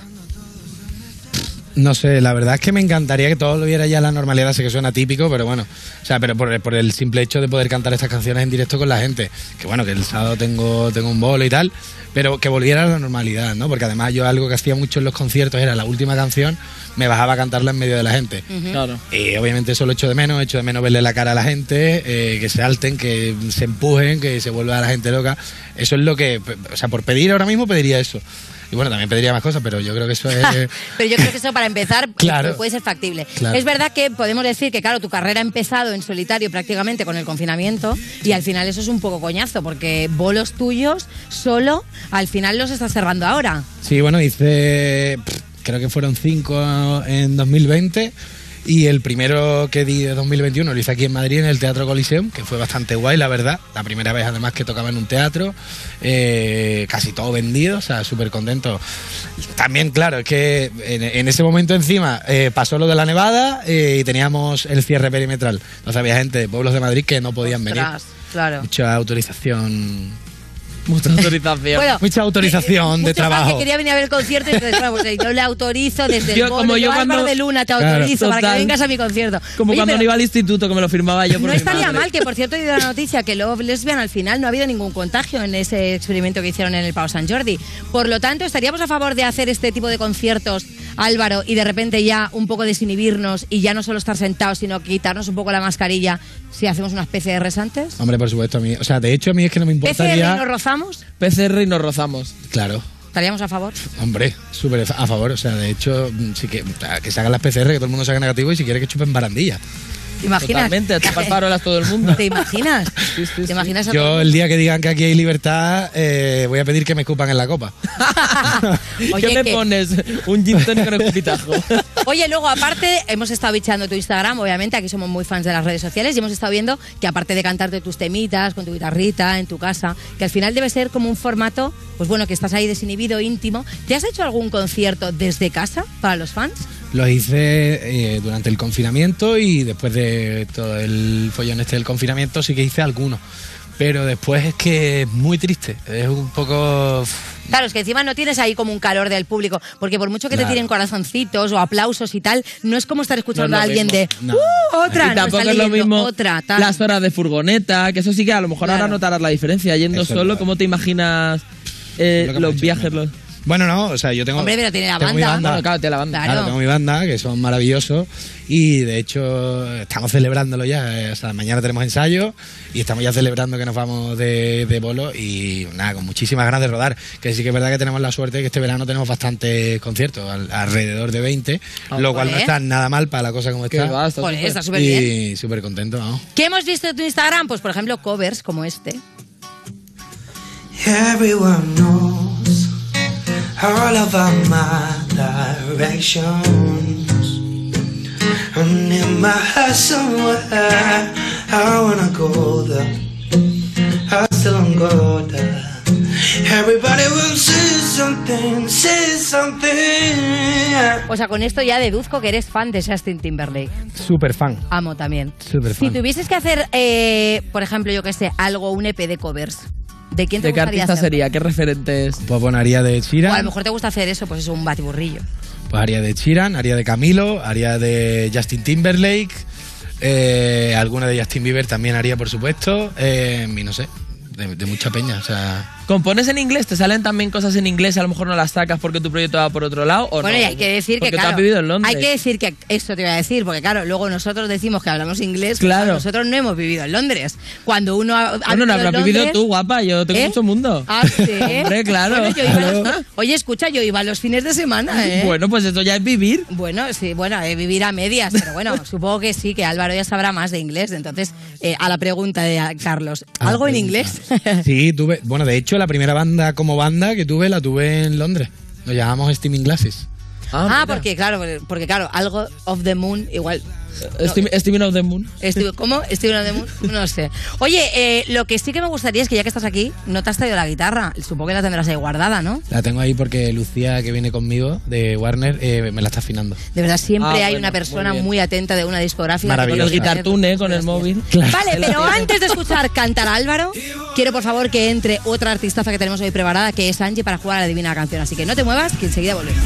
Speaker 13: No sé, la verdad es que me encantaría que todo lo viera ya a la normalidad, sé que suena típico, pero bueno, o sea, pero por, el- por el simple hecho de poder cantar estas canciones en directo con la gente, que bueno, que el sábado tengo, tengo un bolo y tal, pero que volviera a la normalidad, ¿no? Porque además yo algo que hacía mucho en los conciertos era la última canción, me bajaba a cantarla en medio de la gente.
Speaker 2: Claro.
Speaker 13: Y obviamente eso lo echo de menos, echo de menos verle la cara a la gente, eh, que se alten, que se empujen, que se vuelva la gente loca. Eso es lo que, o sea, por pedir ahora mismo pediría eso. Y bueno, también pediría más cosas, pero yo creo que eso es...
Speaker 1: Pero yo creo que eso para empezar
Speaker 13: Eh,
Speaker 1: eh,
Speaker 13: Claro.
Speaker 1: puede ser factible.
Speaker 13: Claro.
Speaker 1: Es verdad que podemos decir que, claro, tu carrera ha empezado en solitario prácticamente con el confinamiento y al final eso es un poco coñazo porque bolos tuyos solo al final los estás cerrando ahora.
Speaker 13: Sí, bueno, hice. pff, Creo que fueron cinco en 2020. Y el primero que di de 2021 lo hice aquí en Madrid, en el Teatro Coliseum, que fue bastante guay, la verdad. La primera vez, además, que tocaba en un teatro. eh, casi todo vendido, o sea, súper contento. También, claro, es que en, en ese momento encima eh, pasó lo de la nevada eh, y teníamos el cierre perimetral. Entonces había gente de pueblos de Madrid que no podían venir.
Speaker 1: Ostras, claro.
Speaker 13: Mucha autorización.
Speaker 2: Mucha autorización.
Speaker 1: Bueno, eh,
Speaker 13: mucha autorización de
Speaker 1: Mucho fan
Speaker 13: trabajo.
Speaker 1: que quería venir a ver el concierto y entonces, claro, pues, yo le autorizo desde
Speaker 2: Yo,
Speaker 1: el bolo,
Speaker 2: como yo
Speaker 1: yo, Álvaro
Speaker 2: cuando-
Speaker 1: de Luna te
Speaker 2: Claro.
Speaker 1: autorizo para
Speaker 2: Total.
Speaker 1: que vengas a mi concierto.
Speaker 2: Como
Speaker 1: Oye,
Speaker 2: cuando
Speaker 1: pero-
Speaker 2: no iba al instituto, que me lo firmaba yo por
Speaker 1: No
Speaker 2: mi
Speaker 1: estaría
Speaker 2: madre.
Speaker 1: mal, que por cierto he oído la noticia que Love Lesbian al final no ha habido ningún contagio en ese experimento que hicieron en el Pau San Jordi. Por lo tanto, ¿estaríamos a favor de hacer este tipo de conciertos, Álvaro, y de repente ya un poco desinhibirnos y ya no solo estar sentados, sino quitarnos un poco la mascarilla si hacemos unas PCRs antes?
Speaker 13: Hombre, por supuesto, a mí. O sea, de hecho, a mí es que no me
Speaker 1: ¿PCR
Speaker 13: importaría.
Speaker 1: y nos rozamos?
Speaker 2: PCR y nos rozamos.
Speaker 13: Claro,
Speaker 1: ¿Estaríamos a favor?
Speaker 13: hombre, súper a favor. O sea, de hecho, mm, sí que, a que se hagan las PCR, que todo el mundo saque negativo y si quiere que chupen barandilla.
Speaker 1: ¿Te imaginas?
Speaker 2: Totalmente, a chupar farolas todo el mundo.
Speaker 1: ¿Te imaginas? ¿Te imaginas a todo
Speaker 13: Yo,
Speaker 1: el
Speaker 13: el día que digan que aquí hay libertad, eh, voy a pedir que me escupan en la copa.
Speaker 1: mundo? Oye,
Speaker 2: ¿Qué me
Speaker 1: que-
Speaker 2: pones? Un gin tonic con escupitajo.
Speaker 1: Oye, luego aparte hemos estado bichando tu Instagram, obviamente, aquí somos muy fans de las redes sociales y hemos estado viendo que aparte de cantarte tus temitas con tu guitarrita en tu casa, que al final debe ser como un formato, pues bueno, que estás ahí desinhibido, íntimo. ¿Te has hecho algún concierto desde casa para los fans?
Speaker 13: Los hice eh, durante el confinamiento y después de todo el follón este del confinamiento sí que hice algunos. Pero después es que es muy triste. Es un poco...
Speaker 1: Claro, es que encima no tienes ahí como un calor del público, porque por mucho que te
Speaker 13: Claro.
Speaker 1: tiren corazoncitos o aplausos y tal, no es como estar escuchando
Speaker 2: No
Speaker 1: a
Speaker 2: es lo
Speaker 1: alguien
Speaker 2: mismo.
Speaker 1: de
Speaker 2: No.
Speaker 1: "Uh, otra,
Speaker 2: Y
Speaker 1: no,
Speaker 2: tampoco
Speaker 1: está
Speaker 2: es lo
Speaker 1: leyendo
Speaker 2: mismo
Speaker 1: otra, tal.
Speaker 2: las horas de furgoneta, que eso sí que a lo mejor ahora
Speaker 1: Claro.
Speaker 2: notarás la diferencia. Yendo
Speaker 13: Eso es
Speaker 2: solo,
Speaker 13: verdad.
Speaker 2: ¿cómo te imaginas eh,
Speaker 13: Es lo que me ha
Speaker 2: los
Speaker 13: hecho
Speaker 2: viajes? Los...
Speaker 13: Bueno, no, o sea, yo tengo...
Speaker 1: Hombre, pero tiene la
Speaker 13: tengo mi
Speaker 1: banda.
Speaker 13: banda.
Speaker 2: Bueno, claro, te la banda.
Speaker 1: Claro.
Speaker 13: Claro, tengo mi banda, que son maravillosos. Y de hecho, estamos celebrándolo ya. eh, O sea, mañana tenemos ensayo y estamos ya celebrando que nos vamos de, de bolo. Y nada, con muchísimas ganas de rodar. Que sí que es verdad que tenemos la suerte de que este verano tenemos bastantes conciertos, al- alrededor de 20.
Speaker 2: Ah,
Speaker 13: lo cual no
Speaker 1: joder.
Speaker 13: está nada mal para la cosa como
Speaker 2: Que
Speaker 13: está.
Speaker 2: va, está
Speaker 1: pues.
Speaker 2: súper.
Speaker 1: Joder, está súper bien.
Speaker 13: y súper contento, vamos.
Speaker 1: ¿Qué hemos visto en tu Instagram? Pues por ejemplo, covers como este.
Speaker 14: Everyone knows all about my directions. And in my head somewhere, I wanna go there. I still don't go there. Everybody will say something, say something.
Speaker 1: O sea, con esto ya deduzco que eres fan de Justin Timberlake.
Speaker 13: Súper fan.
Speaker 1: Amo también.
Speaker 13: Súper
Speaker 1: Si
Speaker 13: fan.
Speaker 1: tuvieses que hacer, eh, por ejemplo, yo que sé, algo, un EP de covers, ¿de quién te
Speaker 2: ¿De qué
Speaker 1: gustaría
Speaker 2: artista
Speaker 1: hacer?
Speaker 2: sería? ¿Qué referente es?
Speaker 13: Pues bueno, haría de Chira.
Speaker 1: O a lo mejor te gusta hacer eso, pues es un batiburrillo.
Speaker 13: Pues haría de Chiran, haría de Camilo, haría de Justin Timberlake, eh, alguna de Justin Bieber también haría, por supuesto, eh, y no sé, de, de mucha peña, o sea...
Speaker 2: ¿Compones en inglés? ¿Te salen también cosas en inglés? A lo mejor no las sacas porque tu proyecto va por otro lado. ¿o
Speaker 1: bueno,
Speaker 2: no?
Speaker 1: y hay que decir
Speaker 2: Porque
Speaker 1: que, claro,
Speaker 2: tú has vivido en Londres.
Speaker 1: hay que decir que esto te voy a decir, porque claro, luego nosotros decimos que hablamos inglés, pero
Speaker 2: Claro.
Speaker 1: nosotros no hemos vivido en Londres. Cuando uno ha, ha
Speaker 2: Bueno, no
Speaker 1: en
Speaker 2: habrás vivido
Speaker 1: Londres-
Speaker 2: tú, guapa. Yo tengo
Speaker 1: ¿Eh?
Speaker 2: mucho mundo.
Speaker 1: Ah, sí.
Speaker 2: Hombre, claro.
Speaker 1: Bueno, yo iba a los- Oye, escucha, yo iba los fines de semana, ¿eh?
Speaker 2: Bueno, pues esto ya es vivir.
Speaker 1: Bueno, sí, bueno, eh, vivir a medias, pero bueno, supongo que sí, que Álvaro ya sabrá más de inglés.
Speaker 2: Ah,
Speaker 1: Entonces, eh, a la pregunta de a- Carlos,
Speaker 13: A la
Speaker 1: ¿algo en
Speaker 13: pregunta.
Speaker 1: inglés?
Speaker 2: Ah,
Speaker 13: Sí, tuve, bueno, de hecho la primera banda como banda que tuve la tuve en Londres, nos llamamos Steaming Glasses.
Speaker 1: Ah, porque claro, porque- porque claro, algo of the moon igual. no,
Speaker 2: Steam- Steaming of the eh, Moon.
Speaker 1: estoy- ¿Cómo? ¿Estoy of the moon? No sé. Oye, eh, lo que sí que me gustaría es que ya que estás aquí, no te has traído la guitarra. Supongo que la tendrás ahí guardada, ¿no?
Speaker 13: La tengo ahí porque Lucía, que viene conmigo de Warner, eh, me la está afinando.
Speaker 1: De verdad, siempre
Speaker 2: Ah,
Speaker 1: hay
Speaker 2: bueno,
Speaker 1: una persona
Speaker 2: muy
Speaker 1: muy,
Speaker 2: bien.
Speaker 1: atenta de una discográfica.
Speaker 13: Maravilloso.
Speaker 2: Con el guitar tune, con el móvil.
Speaker 1: Vale, pero antes de escuchar cantar a Álvaro, quiero por favor que entre otra artistaza que tenemos hoy preparada, que es Angie, para jugar a la Divina Canción. Así que no te muevas, que enseguida volvemos.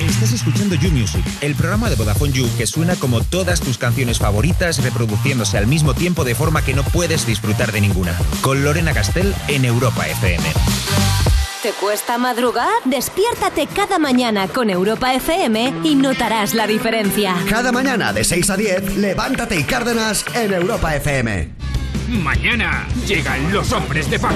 Speaker 11: Estás escuchando You Music, el programa de Vodafone You que suena como todas tus canciones favoritas reproduciéndose al mismo tiempo de forma que no puedes disfrutar de ninguna. Con Lorena Castel en Europa FM.
Speaker 15: ¿Te cuesta madrugar? Despiértate cada mañana con Europa FM y notarás la diferencia.
Speaker 16: Cada mañana de 6 a 10, levántate y Cárdenas en Europa FM.
Speaker 17: Mañana llegan los hombres de Paco.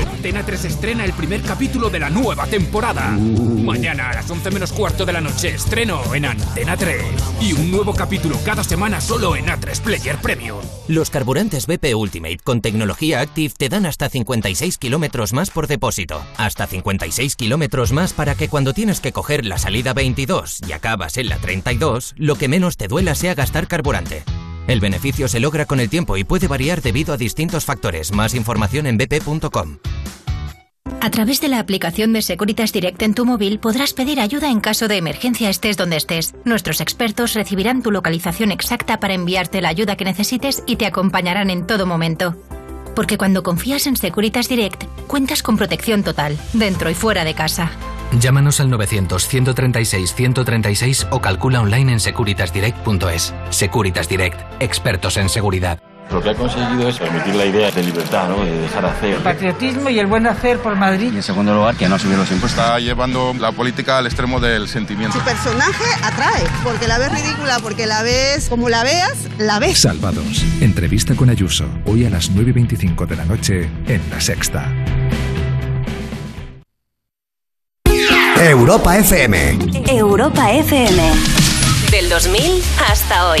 Speaker 17: Antena 3 estrena el primer capítulo de la nueva temporada. Mañana a las 11 menos cuarto de la noche estreno en Antena 3. Y un nuevo capítulo cada semana solo en A3 Player Premium.
Speaker 18: Los carburantes BP Ultimate con tecnología Active te dan hasta 56 kilómetros más por depósito. Hasta 56 kilómetros más para que cuando tienes que coger la salida 22 y acabas en la 32, lo que menos te duela sea gastar carburante. El beneficio se logra con el tiempo y puede variar debido a distintos factores. Más información en bp.com.
Speaker 19: A través de la aplicación de Securitas Direct en tu móvil podrás pedir ayuda en caso de emergencia estés donde estés. Nuestros expertos recibirán tu localización exacta para enviarte la ayuda que necesites y te acompañarán en todo momento. Porque cuando confías en Securitas Direct, cuentas con protección total, dentro y fuera de casa.
Speaker 20: Llámanos al 900-136-136 o calcula online en securitasdirect.es. Securitas Direct, expertos en seguridad.
Speaker 21: Lo que ha conseguido es permitir la idea de libertad, ¿no? de dejar hacer.
Speaker 22: patriotismo y el buen hacer por Madrid.
Speaker 21: Y en segundo lugar, que no subir los impuestos.
Speaker 23: Está llevando la política al extremo del sentimiento.
Speaker 24: Su personaje atrae, porque la ves ridícula, porque la ves como la veas, la ves.
Speaker 25: Salvados. Entrevista con Ayuso. Hoy a las 9.25 de la noche en La Sexta.
Speaker 16: Europa FM.
Speaker 15: Europa FM. Del 2000 hasta hoy.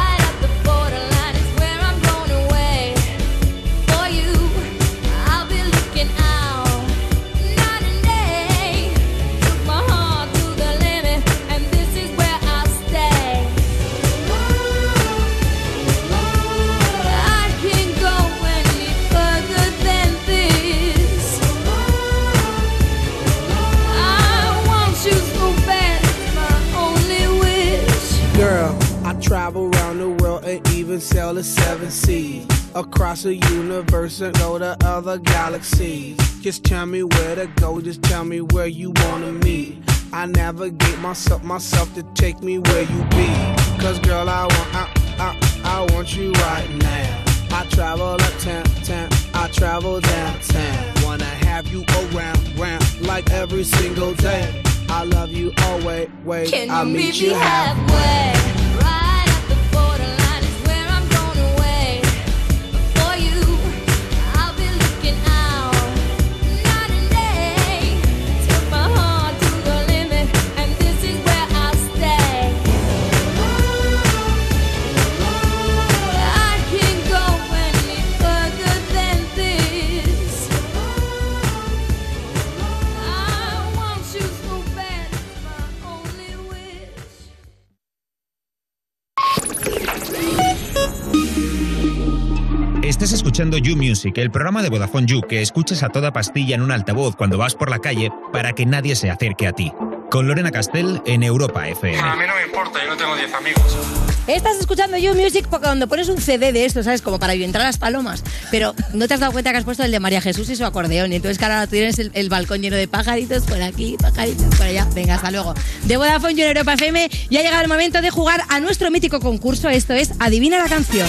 Speaker 26: Girl, I travel around the world and even sail the seven seas. Across the universe and go to other galaxies. Just tell me where to go, just tell me where you wanna meet. I navigate myself, myself to take me where you be. Cause girl, I want, I, I, I want you right now. I travel uptown, town, I travel downtown. Wanna have you around, round, like every single day. I love you always, wait,
Speaker 27: Can
Speaker 26: I'll
Speaker 27: you
Speaker 26: meet
Speaker 27: meet me
Speaker 26: you halfway.
Speaker 11: Estás escuchando You Music, el programa de Vodafone You que escuchas a toda pastilla en un altavoz cuando vas por la calle para que nadie se acerque a ti. Con Lorena Castel en Europa FM.
Speaker 27: A mí no me importa, yo no tengo 10 amigos.
Speaker 1: Estás escuchando You Music porque cuando pones un CD de esto, ¿sabes? Como para ahuyentar a las palomas. Pero no te has dado cuenta que has puesto el de María Jesús y su acordeón. Y entonces, claro, ahora tienes el, el balcón lleno de pajaritos por aquí, pajaritos por allá. Venga, hasta luego. De Vodafone You en Europa FM, ya ha llegado el momento de jugar a nuestro mítico concurso. Esto es Adivina la canción.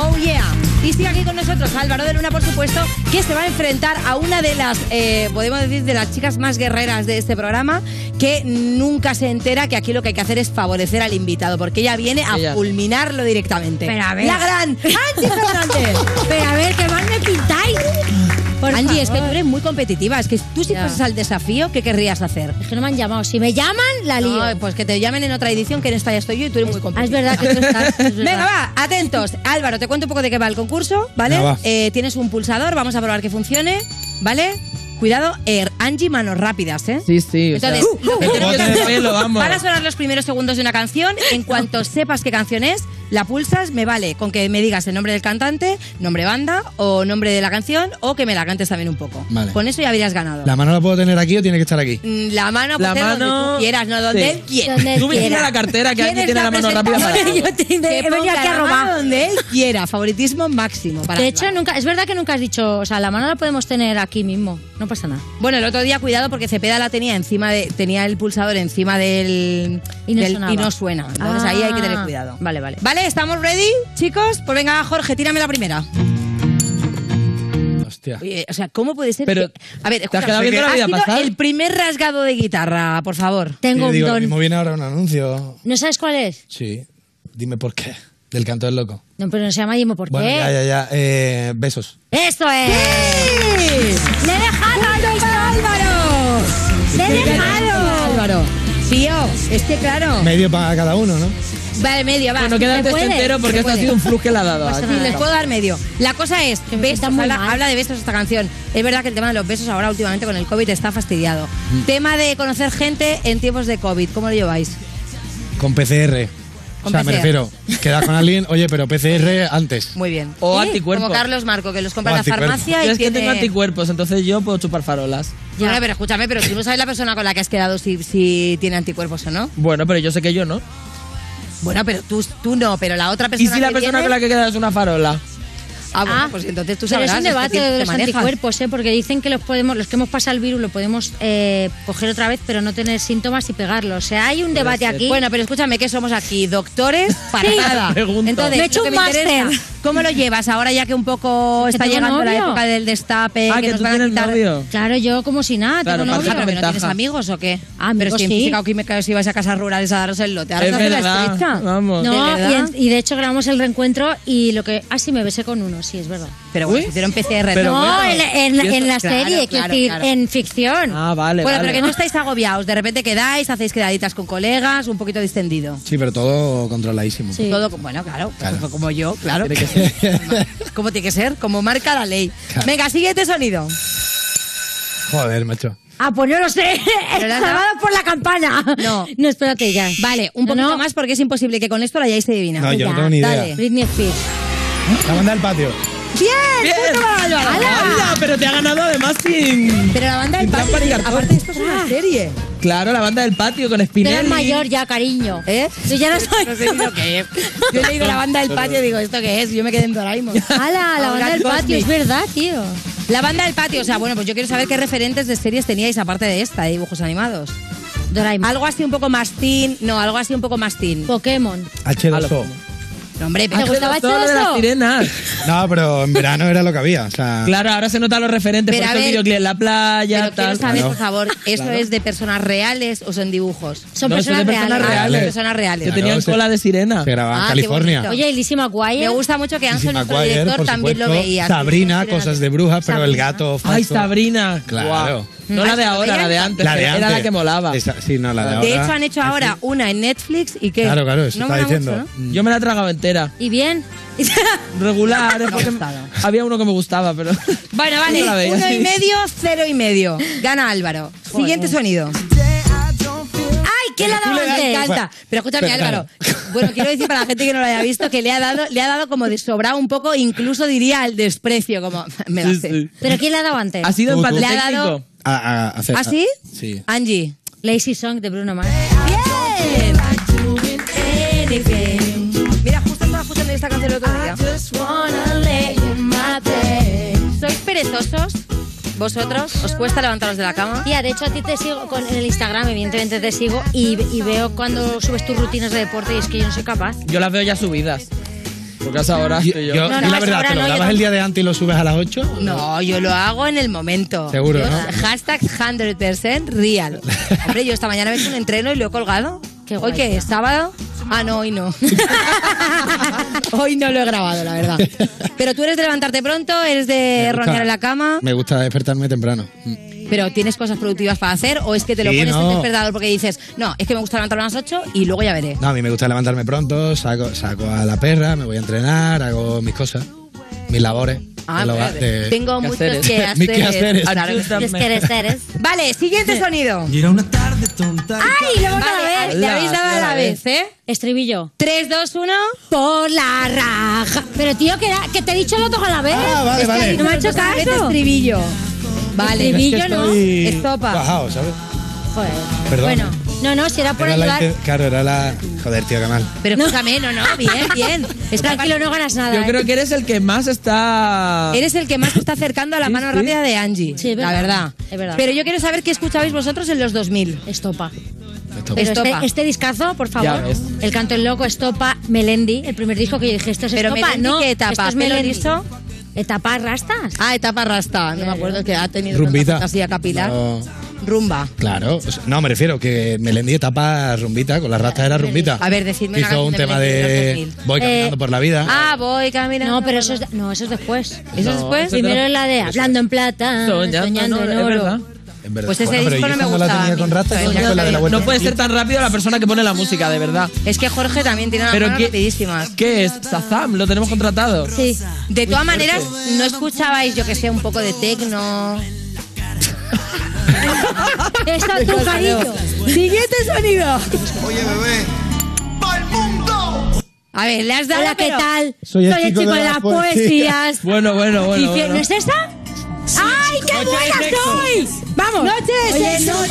Speaker 1: Oh yeah. Y sigue aquí con nosotros Álvaro de Luna, por supuesto, que se va a enfrentar a una de las, eh, podemos decir, de las chicas más guerreras de este programa, que nunca se entera que aquí lo que hay que hacer es favorecer al invitado, porque ella viene a
Speaker 3: Ella.
Speaker 1: fulminarlo directamente.
Speaker 3: Pero a ver.
Speaker 1: La gran Angie Fernández.
Speaker 3: Pero a ver, ¿qué más me pintáis? Por
Speaker 1: Angie, es que tú
Speaker 3: favor.
Speaker 1: eres muy competitiva. Es que tú si pasas al desafío, ¿qué querrías hacer?
Speaker 3: Es que no me han llamado. Si me llaman, la lío.
Speaker 1: No, pues que te llamen en otra edición, que en esta ya estoy yo y tú eres muy
Speaker 3: Ah, es
Speaker 1: competitiva.
Speaker 3: verdad que tú estás. es
Speaker 1: Venga,
Speaker 3: verdad.
Speaker 1: va, Ah, atentos. Álvaro, te cuento un poco de qué va el concurso, ¿vale?
Speaker 3: Venga, va.
Speaker 1: Eh, tienes un pulsador, vamos a probar que funcione, ¿vale? Cuidado, er, Angie, manos rápidas, ¿eh?
Speaker 2: Sí, sí. o sea,
Speaker 1: Entonces, lo que
Speaker 2: el
Speaker 1: tenemos
Speaker 2: bote
Speaker 1: que
Speaker 2: de
Speaker 1: hacer-
Speaker 2: pelo, vamos.
Speaker 1: van a sonar los primeros segundos de una canción. En cuanto sepas qué canción es, la pulsas, me vale con que me digas el nombre del cantante, nombre banda o nombre de la canción o que me la cantes también un poco.
Speaker 13: Vale.
Speaker 1: Con eso ya habrías ganado.
Speaker 13: ¿La mano la puedo tener aquí o tiene que estar aquí?
Speaker 1: Mm, La mano, pues,
Speaker 13: La
Speaker 1: de donde
Speaker 13: mano-
Speaker 1: tú quieras, no donde
Speaker 13: sí.
Speaker 1: él quiera.
Speaker 13: Tú me quiera. enseña la cartera, que alguien tiene la mano rápida para-
Speaker 1: Yo
Speaker 3: he venido aquí a robar.
Speaker 1: donde él quiera, favoritismo máximo. Para
Speaker 3: de hecho, nunca, es verdad que nunca has dicho, o sea, la mano la podemos tener aquí mismo, no pasa nada.
Speaker 1: Bueno, el otro día cuidado porque Cepeda la tenía encima de tenía el pulsador encima del
Speaker 3: Y no
Speaker 1: del-
Speaker 3: sonaba.
Speaker 1: no suena. Entonces ahí hay que tener
Speaker 3: Ah,
Speaker 1: cuidado.
Speaker 3: Vale, vale.
Speaker 1: Vale, ¿estamos ready, chicos? Pues venga, Jorge, tírame la primera.
Speaker 13: Hostia.
Speaker 1: Oye, o sea, ¿cómo puede ser?
Speaker 13: Pero,
Speaker 1: que- a ver,
Speaker 13: ¿te has
Speaker 1: escucha,
Speaker 13: quedado viendo la
Speaker 1: ha
Speaker 13: vida
Speaker 1: sido
Speaker 13: pasar?
Speaker 1: el primer rasgado de guitarra, por favor.
Speaker 13: Yo digo, lo mismo viene ahora un anuncio.
Speaker 3: ¿No sabes cuál es?
Speaker 13: Sí. Dime por qué. Del canto del loco.
Speaker 3: No, pero no se llama Dimo por
Speaker 13: Bueno,
Speaker 3: qué.
Speaker 13: ya, ya, ya. Eh, besos.
Speaker 3: ¡Eso es! ¡Le he dejado al
Speaker 1: Álvaro!
Speaker 3: ¡Le he
Speaker 1: dejado! Álvaro. Tío, es que claro.
Speaker 13: Medio para cada uno, ¿no?
Speaker 1: Vale, medio, va.
Speaker 2: Bueno,
Speaker 1: ¿Se
Speaker 2: quédate este
Speaker 1: puede?
Speaker 2: entero porque
Speaker 1: ¿Se
Speaker 2: esto ha
Speaker 1: puede?
Speaker 2: sido un flux que le ha dado.
Speaker 1: Pues
Speaker 2: aquí.
Speaker 1: sí, les puedo dar medio. La cosa es, besos, habla, habla de besos esta canción. Es verdad que el tema de los besos ahora últimamente con el COVID está fastidiado.
Speaker 13: Mm.
Speaker 1: Tema de conocer gente en tiempos de COVID, ¿cómo lo lleváis?
Speaker 13: Con PCR.
Speaker 1: Con
Speaker 13: o sea, me
Speaker 1: PCR.
Speaker 13: refiero, quedas con alguien, oye, pero PCR antes.
Speaker 1: Muy bien.
Speaker 3: ¿Eh?
Speaker 2: O
Speaker 1: Sí,
Speaker 2: anticuerpos.
Speaker 1: Como Carlos Marco, que los compra
Speaker 13: O
Speaker 1: en la
Speaker 13: anticuerpos.
Speaker 1: farmacia
Speaker 2: Yo
Speaker 1: y
Speaker 2: es que
Speaker 1: tiene...
Speaker 2: tengo anticuerpos, entonces yo puedo chupar farolas.
Speaker 1: Bueno, pero escúchame, pero tú no sabes la persona con la que has quedado si, si tiene anticuerpos o no.
Speaker 2: Bueno, pero yo sé que yo no.
Speaker 1: Bueno, pero tú, tú no, pero la otra
Speaker 2: ¿Y
Speaker 1: persona
Speaker 2: si la persona
Speaker 1: tienes-
Speaker 2: con la que quedas es una farola?
Speaker 1: Ah, bueno,
Speaker 3: Ah,
Speaker 1: pues entonces tú
Speaker 3: Pero
Speaker 1: sabrás.
Speaker 3: es un
Speaker 1: es que
Speaker 3: debate
Speaker 1: te
Speaker 3: de los
Speaker 1: manejas.
Speaker 3: anticuerpos, ¿eh? porque dicen que los podemos, los que hemos pasado el virus lo podemos eh, coger otra vez, pero no tener síntomas y pegarlo. O sea, hay un debate aquí.
Speaker 1: Bueno, pero escúchame que somos aquí doctores para
Speaker 3: Sí.
Speaker 1: nada.
Speaker 3: Pregunto.
Speaker 1: Entonces,
Speaker 3: Me he hecho
Speaker 1: lo que
Speaker 3: un
Speaker 1: me interesa,
Speaker 3: máster.
Speaker 1: ¿Cómo lo llevas ahora ya que un poco
Speaker 3: Que
Speaker 1: está
Speaker 3: tengo
Speaker 1: llegando la
Speaker 3: novio.
Speaker 1: época del destape, Ah, que, nos van a quitar
Speaker 3: Claro, yo como si nada,
Speaker 1: Claro,
Speaker 3: tengo
Speaker 1: para
Speaker 3: novio.
Speaker 1: sacar ¿Pero no tienes ventajas. amigos o qué?
Speaker 3: Ah,
Speaker 1: Pero si en
Speaker 3: sí.
Speaker 1: física o química os ibais a casas rurales a daros el lote. Ahora
Speaker 2: Es
Speaker 1: os hacéis la
Speaker 2: verdad,
Speaker 1: estrecha.
Speaker 2: vamos.
Speaker 3: No,
Speaker 1: ¿De verdad?
Speaker 3: y, en- y de hecho grabamos el reencuentro y lo que... Ah, sí, me besé con uno, sí, es verdad.
Speaker 1: Pero bueno, se hicieron PCR.
Speaker 3: Pero
Speaker 1: ¿no?
Speaker 3: No, bueno. en la- en la- en la serie, quiero decir, en ficción.
Speaker 2: Ah, vale,
Speaker 1: Bueno,
Speaker 2: vale.
Speaker 1: pero que no estáis agobiados. De repente quedáis, hacéis quedaditas con colegas, un poquito distendido.
Speaker 13: Sí, pero todo controladísimo.
Speaker 1: Todo, bueno, claro,
Speaker 2: Pues
Speaker 13: Claro.
Speaker 1: como yo, claro. como tiene que ser, como marca la ley.
Speaker 13: Claro.
Speaker 1: Venga, siguiente sonido.
Speaker 13: Joder, macho.
Speaker 3: Ah, pues no lo sé. Salvado por la campana. No. No, espérate ya.
Speaker 1: Vale, un poquito más porque es imposible que con esto la hayáis adivinado.
Speaker 13: No, yo no
Speaker 1: Ya,
Speaker 13: tengo ni idea.
Speaker 1: dale.
Speaker 3: Britney Spears.
Speaker 13: La banda del patio.
Speaker 1: ¡Bien! punto para Álvaro.
Speaker 2: ¡Hala! Pero te ha ganado además sin.
Speaker 1: Pero la banda del patio, aparte esto es una serie.
Speaker 2: Claro, la banda del patio con
Speaker 3: Tú eres
Speaker 2: Spinelli.
Speaker 3: mayor ya, cariño.
Speaker 1: ¿Eh?
Speaker 3: Yo ya no soy...
Speaker 1: No sé ni lo que es. Yo he leído la banda del patio y digo, ¿esto qué es? Yo me quedé en Doraemon.
Speaker 3: Ala, la banda del patio, es verdad, tío.
Speaker 1: La banda del patio, o sea, bueno, pues yo quiero saber qué referentes de series teníais aparte de esta, de dibujos animados.
Speaker 3: Doraemon.
Speaker 1: Algo así un poco más teen, no, algo así un poco más teen.
Speaker 3: Pokémon. Ah,
Speaker 13: H2O.
Speaker 1: No, hombre,
Speaker 3: ¿Te gustaba
Speaker 2: Todo lo de las
Speaker 3: H2O?
Speaker 2: sirenas.
Speaker 13: No, pero en verano era lo que había. O sea,
Speaker 2: Claro, ahora se notan los referentes
Speaker 1: Pero
Speaker 2: por
Speaker 1: a
Speaker 2: estos
Speaker 1: ver,
Speaker 2: videoclips en la playa,
Speaker 1: Pero quiero
Speaker 2: tal.
Speaker 1: saber,
Speaker 13: Claro.
Speaker 1: por favor, ¿eso
Speaker 2: Claro.
Speaker 1: es de personas reales o son dibujos?
Speaker 3: Son
Speaker 2: No, eso
Speaker 3: personas
Speaker 2: es de
Speaker 3: reales.
Speaker 2: personas
Speaker 1: Ah, son
Speaker 2: reales.
Speaker 1: personas reales.
Speaker 2: Que tenían
Speaker 13: se-
Speaker 2: cola de sirena.
Speaker 13: se grababa en
Speaker 1: Ah, qué
Speaker 13: California.
Speaker 1: bonito.
Speaker 3: Oye, y Lizzie McGuire.
Speaker 1: Me gusta mucho que
Speaker 13: Lizzie
Speaker 1: Ángel, nuestro
Speaker 13: McGuire,
Speaker 1: director,
Speaker 13: por
Speaker 1: también lo
Speaker 13: supuesto.
Speaker 1: veía.
Speaker 13: Sabrina, cosas de brujas, pero el
Speaker 3: Sabrina.
Speaker 13: gato.
Speaker 2: Ay,
Speaker 13: falso.
Speaker 2: Sabrina.
Speaker 13: Claro.
Speaker 2: Guau. No
Speaker 1: Ah,
Speaker 2: la de ahora, la de antes.
Speaker 13: La de
Speaker 2: que
Speaker 13: antes.
Speaker 2: Era la que molaba.
Speaker 13: Esa- sí, no, la de ahora.
Speaker 1: De hecho, han hecho ahora una en Netflix y que...
Speaker 13: Claro, claro, eso
Speaker 1: no
Speaker 13: estaba
Speaker 1: mola
Speaker 13: diciendo. Mm.
Speaker 1: mucho, ¿no?
Speaker 2: Yo me la he tragado entera.
Speaker 3: Y bien.
Speaker 2: Regular. es
Speaker 1: No
Speaker 2: porque
Speaker 1: me ha gustado.
Speaker 2: había uno que me gustaba, pero. No
Speaker 1: Bueno,
Speaker 2: la
Speaker 1: vale,
Speaker 2: veía,
Speaker 1: uno y
Speaker 2: sí.
Speaker 1: medio, cero y medio. Gana Álvaro. Siguiente sonido.
Speaker 3: ¡Ay, qué la
Speaker 1: Tú le
Speaker 3: daba
Speaker 1: das- Me
Speaker 3: antes!
Speaker 1: encanta. Pero escúchame,
Speaker 13: Pero,
Speaker 1: Álvaro. Bueno, quiero decir para la gente que no lo haya visto que le ha dado, le ha dado como de sobrado un poco, incluso diría el desprecio, como me lo
Speaker 2: Sí,
Speaker 1: hace.
Speaker 2: sí.
Speaker 3: ¿Pero quién la daba antes?
Speaker 2: Ha sido
Speaker 13: Tú, tú.
Speaker 2: empate
Speaker 1: Le ha dado-
Speaker 2: técnico.
Speaker 13: A, a- a hacer-
Speaker 1: ¿Ah, sí?
Speaker 13: Sí.
Speaker 1: Angie.
Speaker 3: Lazy Song de Bruno Mars.
Speaker 1: ¡Bien! Mira, justo estaba escuchando esta canción el otro día. ¿Sois perezosos? ¿Vosotros? ¿Os cuesta levantaros de la cama?
Speaker 3: Tía, de hecho a ti te sigo con, en el Instagram, evidentemente te sigo, y, y veo cuando subes tus rutinas de deporte y es que yo no soy capaz.
Speaker 2: Yo las veo ya subidas. Porque hasta ahora
Speaker 13: Yo,
Speaker 2: estoy
Speaker 13: yo-
Speaker 2: yo.
Speaker 13: yo
Speaker 3: No, no,
Speaker 13: la verdad,
Speaker 3: ahora
Speaker 13: ¿te lo
Speaker 3: no, yo
Speaker 13: grabas el día de antes y lo subes a las 8?
Speaker 1: No, yo lo hago en el momento.
Speaker 13: Seguro,
Speaker 1: Yo-
Speaker 13: ¿no?
Speaker 1: Hashtag 100% real. Hombre, yo esta mañana me he hecho un entreno y lo he colgado.
Speaker 3: Qué
Speaker 1: ¿Hoy
Speaker 3: guay,
Speaker 1: qué es? ¿Sábado? Ah, no, hoy no. hoy no lo he grabado, la verdad. Pero tú eres de levantarte pronto, eres de ronear en la cama,
Speaker 13: Me gusta despertarme temprano.
Speaker 1: pero ¿tienes cosas productivas para hacer o es que te lo
Speaker 13: Sí,
Speaker 1: pones en
Speaker 13: no.
Speaker 1: despertador porque dices, no, es que me gusta levantarme a las 8 y luego ya veré?
Speaker 13: No, a mí me gusta levantarme pronto, saco, saco a la perra, me voy a entrenar, hago mis cosas, mis labores.
Speaker 1: Ah,
Speaker 13: de lo-
Speaker 1: vale.
Speaker 13: de-
Speaker 1: Tengo muchos que hacer.
Speaker 13: Mis quehaceres.
Speaker 1: Vale, siguiente sonido.
Speaker 3: ¡Ay! Lo hemos dado
Speaker 1: Vale,
Speaker 3: a la vez.
Speaker 1: le habéis dado a la vez, ¿eh?
Speaker 3: Estribillo. 3, 2, 1. Por la raja. Pero tío, que, era- que te he dicho los dos a la vez.
Speaker 1: Ah, vale,
Speaker 3: Es que
Speaker 1: vale.
Speaker 3: No me ha hecho
Speaker 1: Los dos a la vez,
Speaker 3: caso.
Speaker 1: estribillo. Vale.
Speaker 3: Estribillo,
Speaker 13: Es que
Speaker 3: ¿no?
Speaker 13: estoy
Speaker 3: Estopa.
Speaker 13: Bajado, ¿sabes?
Speaker 3: Joder.
Speaker 13: Perdón.
Speaker 3: Bueno, no, no,
Speaker 1: Ah,
Speaker 3: si era por
Speaker 13: Era la
Speaker 3: ayudar.
Speaker 13: inten- claro, era la. Joder, tío, qué mal.
Speaker 1: Pero escúchame, no, no, bien, bien.
Speaker 3: Es tranquilo, no ganas nada. ¿eh?
Speaker 2: Yo creo que eres el que más está.
Speaker 1: Eres el que más se está acercando a la mano rápida de Angie.
Speaker 3: Sí, es verdad.
Speaker 1: La verdad.
Speaker 3: Es verdad.
Speaker 1: Pero yo quiero saber qué escuchabais vosotros en los 2000.
Speaker 3: Estopa.
Speaker 1: Estopa.
Speaker 3: Pero este, este discazo, por favor,
Speaker 1: Ya ves.
Speaker 3: El Canto el Loco, Estopa, Melendi, el primer disco que yo dije, esto es
Speaker 1: Pero
Speaker 3: Estopa,
Speaker 1: Melendi,
Speaker 3: no,
Speaker 1: ¿qué etapa?
Speaker 3: esto es
Speaker 1: ¿Pelo
Speaker 3: Melendi.
Speaker 1: liso?
Speaker 3: ¿Etapa rastas? Eh,
Speaker 1: Ah, etapa rasta. No me acuerdo que ha tenido
Speaker 13: Rumbita.
Speaker 1: tanta fantasía capilar.
Speaker 13: No.
Speaker 1: Rumba.
Speaker 13: Claro, o sea, no, me refiero que Melendi tapa rumbita, con las rastas era rumbita.
Speaker 1: A ver, decidme una
Speaker 13: Hizo un
Speaker 1: canción de
Speaker 13: tema
Speaker 1: Melendi
Speaker 13: de
Speaker 1: en los 2000.
Speaker 13: Voy caminando
Speaker 3: Eh,
Speaker 13: por la vida.
Speaker 1: Ah, voy caminando.
Speaker 3: No, pero eso es, no, eso es después.
Speaker 13: ¿Eso es después? eso
Speaker 3: Primero
Speaker 13: era-
Speaker 3: es la de Hablando en Plata,
Speaker 2: Soñando
Speaker 3: Soñando,
Speaker 2: en
Speaker 3: en
Speaker 2: oro,
Speaker 3: Oro.
Speaker 2: es verdad.
Speaker 13: En verdad.
Speaker 1: Pues ese
Speaker 13: Bueno, pero
Speaker 1: disco
Speaker 13: yo
Speaker 1: no me
Speaker 13: esa la
Speaker 1: gustaba a
Speaker 13: tenía
Speaker 1: mí.
Speaker 13: con rastas y
Speaker 1: Soñando
Speaker 13: esa fue la de la
Speaker 1: en
Speaker 13: vuelta.
Speaker 2: No puede ser tan rápido la persona que pone la música, de verdad.
Speaker 1: Es que Jorge también tiene una
Speaker 2: Pero
Speaker 1: mano
Speaker 2: ¿qué,
Speaker 1: rapidísima.
Speaker 2: ¿qué es? ¿Sazam? ¿Lo tenemos contratado? Pues,
Speaker 3: Sí.
Speaker 1: De todas
Speaker 2: fuerte.
Speaker 1: maneras, no escuchabais, yo que sé, un poco de tecno.
Speaker 3: Eso tú, cariño.
Speaker 1: Siguiente sonido.
Speaker 4: Oye, bebé. ¡Pa'l
Speaker 2: pues.
Speaker 4: mundo!
Speaker 1: A ver, le has dado
Speaker 3: Hola, ¿qué
Speaker 1: pero-
Speaker 3: tal? Soy el chico de las poesías.
Speaker 2: Bueno, bueno, bueno.
Speaker 3: Dice-
Speaker 2: bueno.
Speaker 3: ¿No es esa? ¡Ay, qué
Speaker 2: Noche de
Speaker 3: buena
Speaker 2: sexo.
Speaker 3: soy! ¡Vamos!
Speaker 1: ¡Noche de sexo,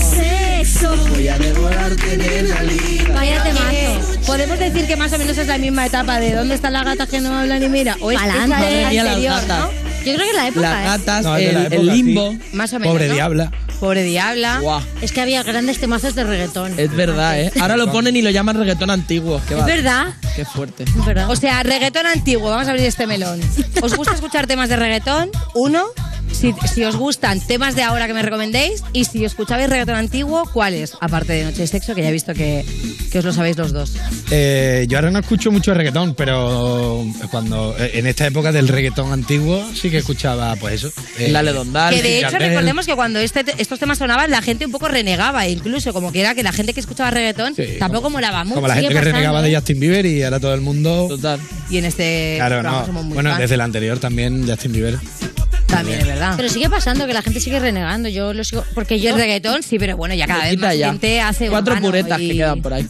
Speaker 3: sexo!
Speaker 4: Voy a devorarte, nena linda.
Speaker 3: Vaya te
Speaker 1: Eh, Podemos decir que más o menos es la misma etapa de dónde están las gatas que no hablan y mira. O es esa es
Speaker 3: Palante.
Speaker 1: la
Speaker 2: Madre mía, las
Speaker 1: anterior,
Speaker 2: gatas.
Speaker 1: ¿no?
Speaker 3: Yo creo que la época
Speaker 2: Las
Speaker 3: es.
Speaker 2: gatas,
Speaker 13: No, es de
Speaker 2: el,
Speaker 13: la
Speaker 2: el
Speaker 13: época, sí.
Speaker 2: limbo.
Speaker 1: ¿eh? Más o menos.
Speaker 13: Pobre
Speaker 1: ¿no? Ah.
Speaker 13: diabla.
Speaker 1: Pobre diabla.
Speaker 2: Guau.
Speaker 3: Es que había grandes temazos de reggaetón.
Speaker 2: Es verdad, ¿eh? Ahora lo ponen y lo llaman reggaetón antiguo. Qué
Speaker 3: Es
Speaker 2: va-
Speaker 3: verdad.
Speaker 2: Qué fuerte.
Speaker 3: ¿Verdad?
Speaker 1: O sea, reggaetón antiguo. Vamos a abrir este melón. ¿Os gusta escuchar temas de reggaetón? Uno. Si, si os gustan temas de ahora que me recomendéis y si escuchabais reggaetón antiguo, ¿cuáles? Aparte de Noche de Sexo, que ya he visto que, que os lo sabéis los dos.
Speaker 13: Eh, yo ahora no escucho mucho reggaetón, pero cuando eh, en esta época del reggaetón antiguo sí que escuchaba, pues eso.
Speaker 2: Lale Dondal.
Speaker 1: que de hecho
Speaker 13: Yandel.
Speaker 1: recordemos que cuando este, estos temas sonaban la gente un poco renegaba incluso como que era que la gente que escuchaba reggaetón
Speaker 13: Sí,
Speaker 1: tampoco molaba mucho
Speaker 13: Como la gente
Speaker 1: Sigue
Speaker 13: que
Speaker 1: pasando,
Speaker 13: renegaba
Speaker 1: ¿eh?
Speaker 13: de Justin Bieber y ahora todo el mundo.
Speaker 2: Total.
Speaker 1: y en este
Speaker 13: Claro,
Speaker 1: programa
Speaker 13: no.
Speaker 1: somos muy
Speaker 13: Bueno,
Speaker 1: fans.
Speaker 13: desde el anterior también Justin Bieber.
Speaker 1: también es verdad
Speaker 3: Pero sigue pasando que la gente sigue renegando. Yo lo sigo. Porque
Speaker 1: y
Speaker 3: yo.
Speaker 1: el reggaetón sí pero bueno ya cada vez
Speaker 2: Quita
Speaker 1: más
Speaker 2: ya.
Speaker 1: gente hace
Speaker 2: Cuatro
Speaker 1: urbano
Speaker 2: puretas
Speaker 1: y-
Speaker 2: que quedan por ahí.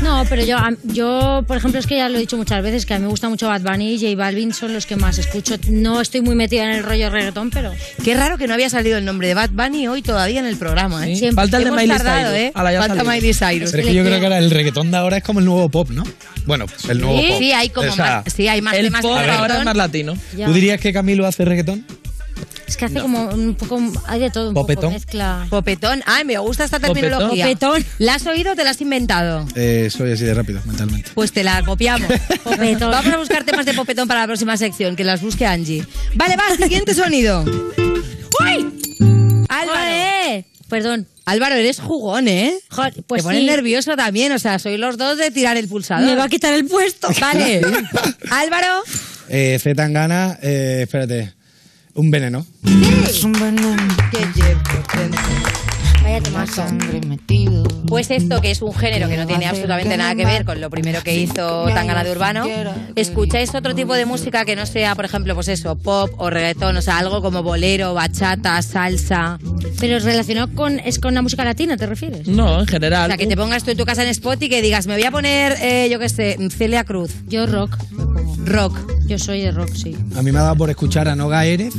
Speaker 3: No, pero yo, a- yo, por ejemplo, es que ya lo he dicho muchas veces que a mí me gusta mucho Bad Bunny y J Balvin son los que más escucho. No estoy muy metida en el rollo reggaetón, pero.
Speaker 1: qué raro que no había salido el nombre de Bad Bunny hoy todavía en el programa ¿eh?
Speaker 2: Sí, falta el de
Speaker 1: Hemos
Speaker 2: Miley
Speaker 1: tardado,
Speaker 2: Cyrus.
Speaker 1: ¿eh?
Speaker 2: Ahora ya ha
Speaker 1: falta
Speaker 2: salido.
Speaker 1: Miley Cyrus
Speaker 13: Pero es que yo creo que ahora el reggaetón de ahora es como el nuevo pop, ¿no? Bueno, el nuevo
Speaker 1: sí,
Speaker 13: pop.
Speaker 1: sí, hay como
Speaker 13: O sea,
Speaker 1: más, sí, hay más
Speaker 2: El
Speaker 1: temas de
Speaker 2: pop ahora es
Speaker 1: reggaetón.
Speaker 2: más latino.
Speaker 3: Ya.
Speaker 13: ¿Tú dirías que Camilo hace reggaetón?
Speaker 3: Es que hace como un poco. Hay de todo, un poco
Speaker 13: Popetón.
Speaker 3: mezcla.
Speaker 1: Popetón. Ay, me gusta esta
Speaker 2: Popetón.
Speaker 1: terminología.
Speaker 3: Popetón.
Speaker 1: ¿La has oído o te la has inventado?
Speaker 13: Eh, soy así de rápido, mentalmente.
Speaker 1: Pues te la copiamos.
Speaker 3: Popetón.
Speaker 1: Vamos a buscar temas de popetón para la próxima sección, que las busque Angie. Vale, va, siguiente sonido. ¡Uy! Álvaro.
Speaker 3: ¡Ole! Perdón.
Speaker 1: Álvaro, eres jugón, ¿eh?
Speaker 3: Jo- pues
Speaker 1: Te pones
Speaker 3: sí.
Speaker 1: nervioso también, o sea, sois los dos de tirar el pulsador.
Speaker 3: Me va a quitar el puesto.
Speaker 1: Vale. Álvaro.
Speaker 13: Eh, C. Tangana, eh, espérate. Un veneno.
Speaker 3: Vaya temazo.
Speaker 1: Pues esto, que es un género que no tiene absolutamente nada que ver con lo primero que hizo Tangana de Urbano, escucháis otro tipo de música que no sea, por ejemplo, pues eso, pop o reggaetón, o sea, algo como bolero, bachata, salsa.
Speaker 3: Pero relacionado con. ¿Es con la música latina, te refieres?
Speaker 2: No, en
Speaker 1: O
Speaker 2: general.
Speaker 1: sea, que te pongas tú en tu casa en spot y que digas, me voy a poner, eh, yo qué sé, Celia Cruz,
Speaker 3: Yo rock.
Speaker 1: rock.
Speaker 3: Yo soy de rock, sí.
Speaker 13: A mí me ha dado por escuchar a Noga Erez,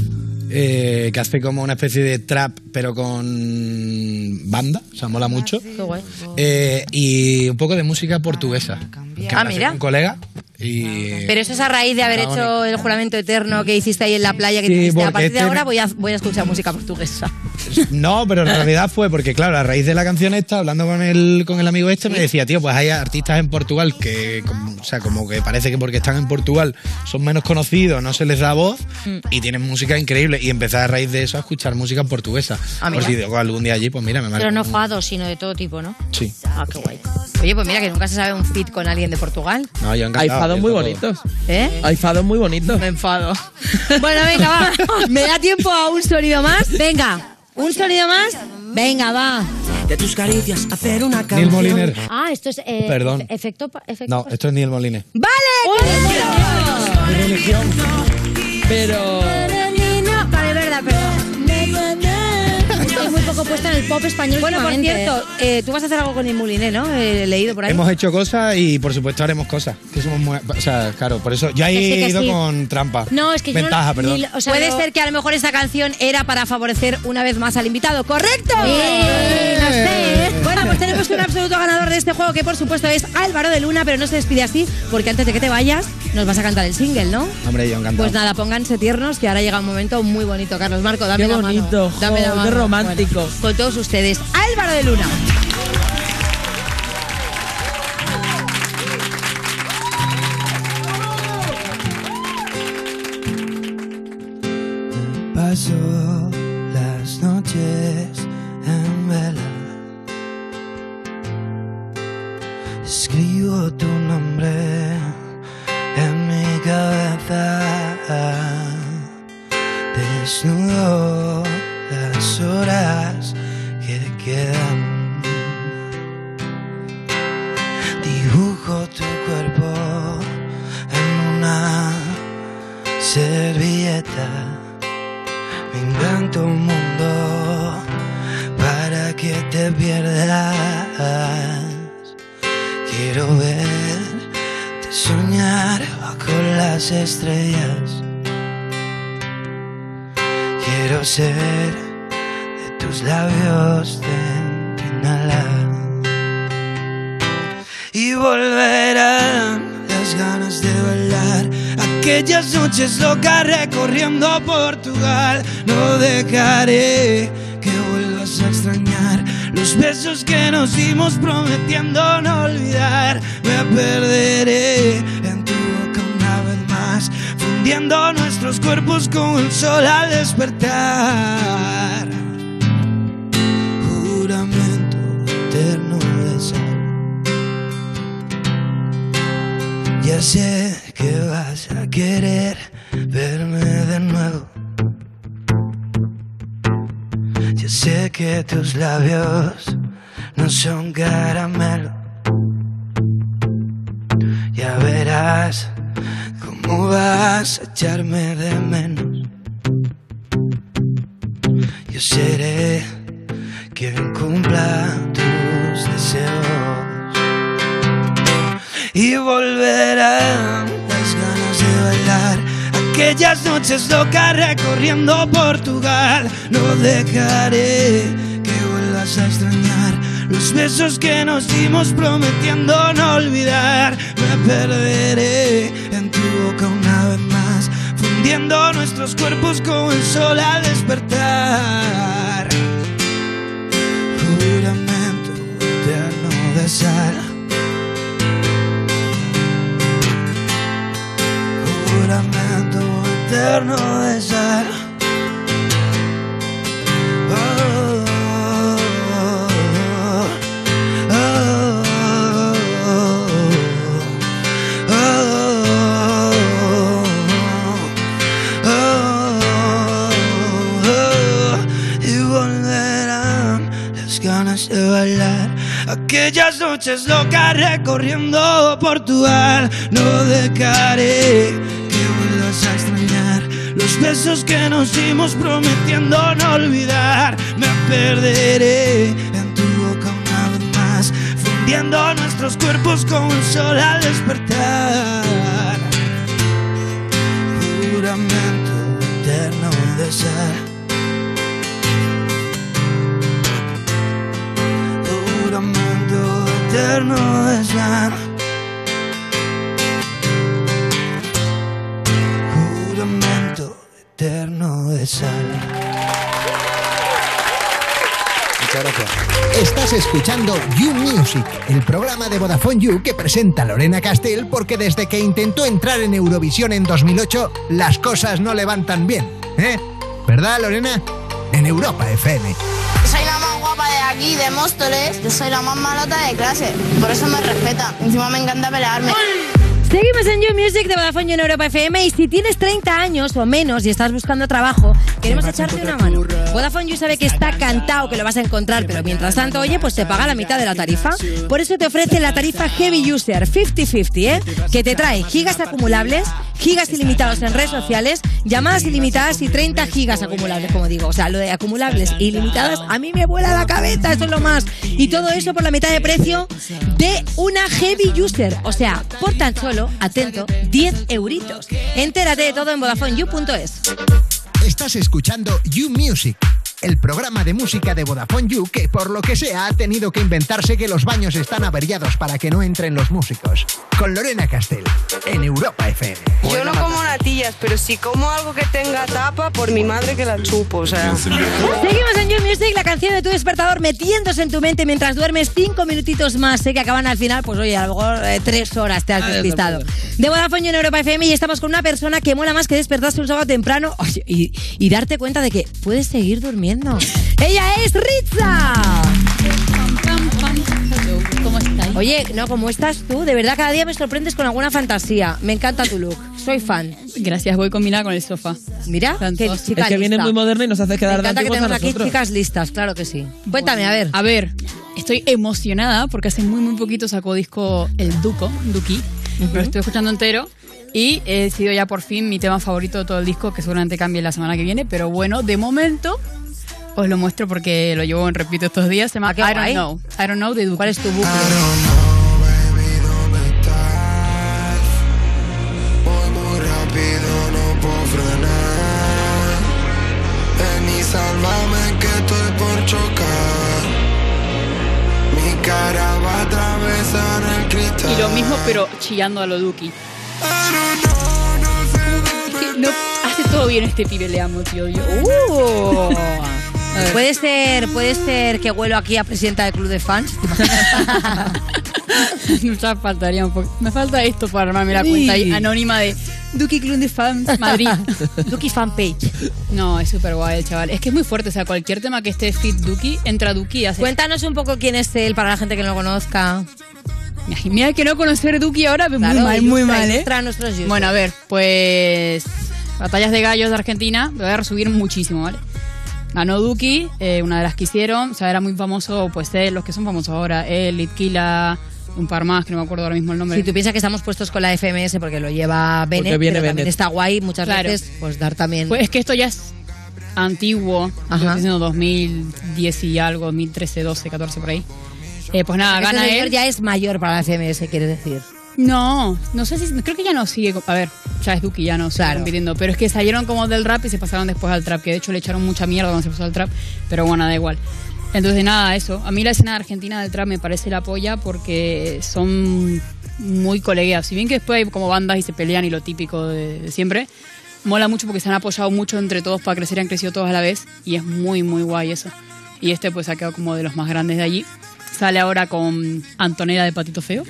Speaker 13: eh, que hace como una especie de trap, pero con banda, o sea, mola mucho.
Speaker 3: Qué guay.
Speaker 13: Eh, y un poco de música portuguesa. que
Speaker 1: Ah,
Speaker 13: me hace
Speaker 1: mira. Ah,
Speaker 13: Un colega. Y,
Speaker 1: Pero eso es a raíz de haber
Speaker 13: Ah, bueno.
Speaker 1: hecho el juramento eterno que hiciste ahí en la playa, que
Speaker 13: Sí,
Speaker 1: dijiste, a
Speaker 13: porque
Speaker 1: partir de
Speaker 13: este-
Speaker 1: ahora voy a, voy a escuchar música portuguesa.
Speaker 13: No, pero en realidad fue porque, claro, a raíz de la canción esta, hablando con el, con el amigo este, me decía, tío, pues hay artistas en Portugal que, como- o sea, como que parece que porque están en Portugal son menos conocidos, no se les da voz
Speaker 1: Mm.
Speaker 13: y tienen música increíble. Y empecé a raíz de eso a escuchar música portuguesa.
Speaker 1: Ah,
Speaker 13: Por
Speaker 1: mira.
Speaker 13: si digo algún día allí, pues mira, me marco
Speaker 3: Pero no
Speaker 13: un-
Speaker 3: fado, sino de todo tipo, ¿no?
Speaker 13: Sí.
Speaker 3: Ah, qué guay.
Speaker 1: Oye, pues mira, que nunca se sabe un fit con alguien de Portugal,
Speaker 13: No, yo
Speaker 2: Hay
Speaker 13: encantado,
Speaker 2: fados
Speaker 13: yo
Speaker 2: muy
Speaker 13: todo.
Speaker 2: bonitos.
Speaker 1: ¿eh?
Speaker 2: Hay fados muy bonitos.
Speaker 1: Me enfado. Bueno, venga, va. ¿Me da tiempo a un sonido más? Venga. ¿Un sonido más? Venga, va.
Speaker 4: De tus caricias hacer una
Speaker 13: Neil Moliner.
Speaker 3: Ah, esto es. eh,
Speaker 13: Perdón.
Speaker 3: efe- Efecto. pa- efecto
Speaker 13: No, esto es Neil Moliner.
Speaker 1: ¡Vale! ¡Qué bueno!
Speaker 3: poco puesta en el pop español
Speaker 1: Bueno, por
Speaker 3: últimamente,
Speaker 1: cierto, eh, tú vas a hacer algo con el Mouliné, ¿no? He leído por ahí.
Speaker 13: Hemos hecho cosas y por supuesto haremos cosas. Que somos muy- o sea, claro, por eso yo ahí
Speaker 1: Que sí, que
Speaker 13: he ido
Speaker 1: sí.
Speaker 13: con trampa. Ventaja, perdón.
Speaker 1: Puede ser que a lo mejor esta canción era para favorecer una vez más al invitado, ¿correcto?
Speaker 3: no sé.
Speaker 1: Bueno, pues tenemos un absoluto ganador de este juego que por supuesto es Álvaro de Luna, pero no se despide así porque antes de que te vayas nos vas a cantar el single, ¿no?
Speaker 13: Hombre, yo encantado.
Speaker 1: Pues nada, pónganse tiernos que ahora llega un momento muy bonito, Carlos Marco, dame
Speaker 2: Qué
Speaker 1: la mano,
Speaker 2: bonito,
Speaker 1: dame la
Speaker 2: jo, qué
Speaker 1: mano.
Speaker 2: romántico.
Speaker 1: Bueno, con todos ustedes, Álvaro de Luna.
Speaker 5: Paso las noches en vela. Escribo tu nombre en mi cabeza. Desnudo las horas que quedan. Dibujo tu cuerpo en una servilleta. Me invento un mundo para que te pierdas. Quiero verte soñar bajo las estrellas. Quiero ser de tus labios centinela. Y volverán las ganas de bailar. Aquellas noches locas recorriendo Portugal. No dejaré que vuelvas a extrañar los besos que nos dimos prometiendo no olvidar. Me perderé en tu boca una vez más, fundiendo nuestros cuerpos con el sol al despertar. Juramento eterno de sal. Ya sé que vas a querer verme de nuevo. Ya sé que tus labios no son caramelo. Ya verás cómo vas a echarme de menos. Yo seré quien cumpla tus deseos y volverán las ganas de bailar. Aquellas noches locas recorriendo Portugal, no dejaré que vuelvas a extrañar los besos que nos dimos prometiendo no olvidar. Me perderé en tu boca una vez más, fundiendo nuestros cuerpos con el sol al despertar. Juramento eterno de sal. juramento eterno de ser. Oh, oh, oh, oh, oh, oh, oh. Y volverán las ganas de bailar. Aquellas noches locas recorriendo Portugal, no dejaré que vuelvas a extrañar los besos que nos dimos prometiendo no olvidar. Me perderé en tu boca una vez más, fundiendo nuestros cuerpos con el sol al despertar. Juramento eterno de ser. juramento eterno de ser. Juramento eterno de ser.
Speaker 6: Muchas gracias. Estás escuchando You Music, el programa de Vodafone You que presenta Lorena Castell porque desde que intentó entrar en Eurovisión en 2008, las cosas no le van tan bien. ¿Eh? ¿Verdad, Lorena? En Europa FM.
Speaker 7: Soy la más guapa de aquí, de Móstoles. Yo soy la más malota de clase. Por eso me respeta. Encima me encanta pelearme.
Speaker 1: Seguimos en You Music de Vodafone You en Europa FM y si tienes 30 años o menos y estás buscando trabajo, queremos echarte una mano. Vodafone You sabe que está cantado, que lo vas a encontrar, pero mientras tanto, oye, pues te paga la mitad de la tarifa. Por eso te ofrece la tarifa Heavy User 50-50, ¿eh? Que te trae gigas acumulables, gigas ilimitados en redes sociales, llamadas ilimitadas y 30 gigas acumulables, como digo. O sea, lo de acumulables e ilimitadas a mí me vuela la cabeza, eso es lo más. Y todo eso por la mitad de precio de una heavy user. O sea, por tan solo, atento, 10 euritos. Entérate de todo en VodafoneYou.es.
Speaker 6: Estás escuchando You Music, el programa de música de Vodafone You que por lo que sea ha tenido que inventarse que los baños están averiados para que no entren los músicos. Con Lorena Castell, en Europa FM.
Speaker 8: Yo no como natillas, pero si como algo que tenga tapa, por mi madre que la chupo, o sea.
Speaker 1: Seguimos en You Music, la canción de tu despertador metiéndose en tu mente mientras duermes cinco minutitos más. Sé que acaban al final, pues oye, a lo mejor eh, tres horas te has despistado. De Vodafone You en Europa FM y estamos con una persona que mola más que despertarse un sábado temprano oye, y, y darte cuenta de que puedes seguir durmiendo. ¡Ella es Ritza!
Speaker 9: ¿Cómo estáis?
Speaker 1: Oye, no, ¿cómo estás tú? De verdad, cada día me sorprendes con alguna fantasía. Me encanta tu look. Soy fan.
Speaker 9: Gracias, voy combinada con el sofá.
Speaker 1: Mira, qué chica
Speaker 9: Es que viene
Speaker 1: lista.
Speaker 9: muy moderna y nos hace quedar
Speaker 1: Me
Speaker 9: de
Speaker 1: encanta que
Speaker 9: antiguos a
Speaker 1: tenemos aquí
Speaker 9: nosotros.
Speaker 1: chicas listas, claro que sí. Cuéntame, a ver.
Speaker 9: A ver, estoy emocionada porque hace muy, muy poquito sacó disco El Duco, Duki. Lo estoy escuchando entero. Y he decidido ya por fin mi tema favorito de todo el disco, que seguramente cambie la semana que viene. Pero bueno, de momento os lo muestro porque lo llevo en repito estos días. Se llama I Don't
Speaker 1: guay.
Speaker 9: Know. I Don't Know de Duki. ¿Cuál es
Speaker 1: tu bucle?
Speaker 10: Voy muy rápido, no puedo frenar. Ven y sálvame que estoy por chocar. Mi cara va a atravesar el cristal.
Speaker 9: Y lo mismo, pero chillando a lo Duki. Es que no- hace todo bien este pibe, le amo, tío. Yo.
Speaker 1: Uh. Puede ser, puede ser que huelo aquí a presidenta del club de fans. ¿Te imaginas?
Speaker 9: Nos faltaría un poco. Me falta esto para armarme la cuenta ahí,
Speaker 1: Sí.
Speaker 9: anónima de Duki Club de Fans Madrid.
Speaker 1: Duki Fanpage.
Speaker 9: No, es súper guay el chaval. Es que es muy fuerte. O sea, cualquier tema que esté fit Duki, entra Duki y hace.
Speaker 1: Cuéntanos un poco quién es él para la gente que no lo conozca.
Speaker 9: Mira que no conocer Duki ahora, muy
Speaker 1: Claro,
Speaker 9: mal, muy
Speaker 1: ilustra,
Speaker 9: mal, ¿eh?
Speaker 1: ilustra a nuestros users.
Speaker 9: Bueno, a ver, pues. Batallas de gallos de Argentina, lo voy a resumir muchísimo, ¿vale? Ganó Duki, eh, una de las que hicieron. O sea, era muy famoso, pues él, los que son famosos ahora, él, Litquila, un par más, que no me acuerdo ahora mismo el nombre.
Speaker 1: Si tú piensas que estamos puestos con la FMS porque lo lleva Bennett,
Speaker 9: Porque viene
Speaker 1: pero también
Speaker 9: Bennett.
Speaker 1: está guay muchas
Speaker 9: Claro.
Speaker 1: veces pues dar también...
Speaker 9: Pues es que esto ya es antiguo, yo estoy diciendo 2010 y algo, 2013, 12, 14 por ahí. Eh, pues nada,
Speaker 1: Este
Speaker 9: gana
Speaker 1: señor
Speaker 9: él.
Speaker 1: ya es mayor para la FMS, quiere decir.
Speaker 9: No, no sé si. Creo que ya no sigue. A ver, ya es Duki, ya no sigue compitiendo. Pero es que salieron como del rap y se pasaron después al trap. Que de hecho le echaron mucha mierda cuando se pasó al trap. Pero bueno, da igual. Entonces, nada, eso. A mí la escena argentina del trap me parece la polla porque son muy colegueas. Si bien que después hay como bandas y se pelean y lo típico de, de siempre, mola mucho porque se han apoyado mucho entre todos para crecer y han crecido todos a la vez. Y es muy, muy guay eso. Y este pues ha quedado como de los más grandes de allí. Sale ahora con Antonella de Patito Feo.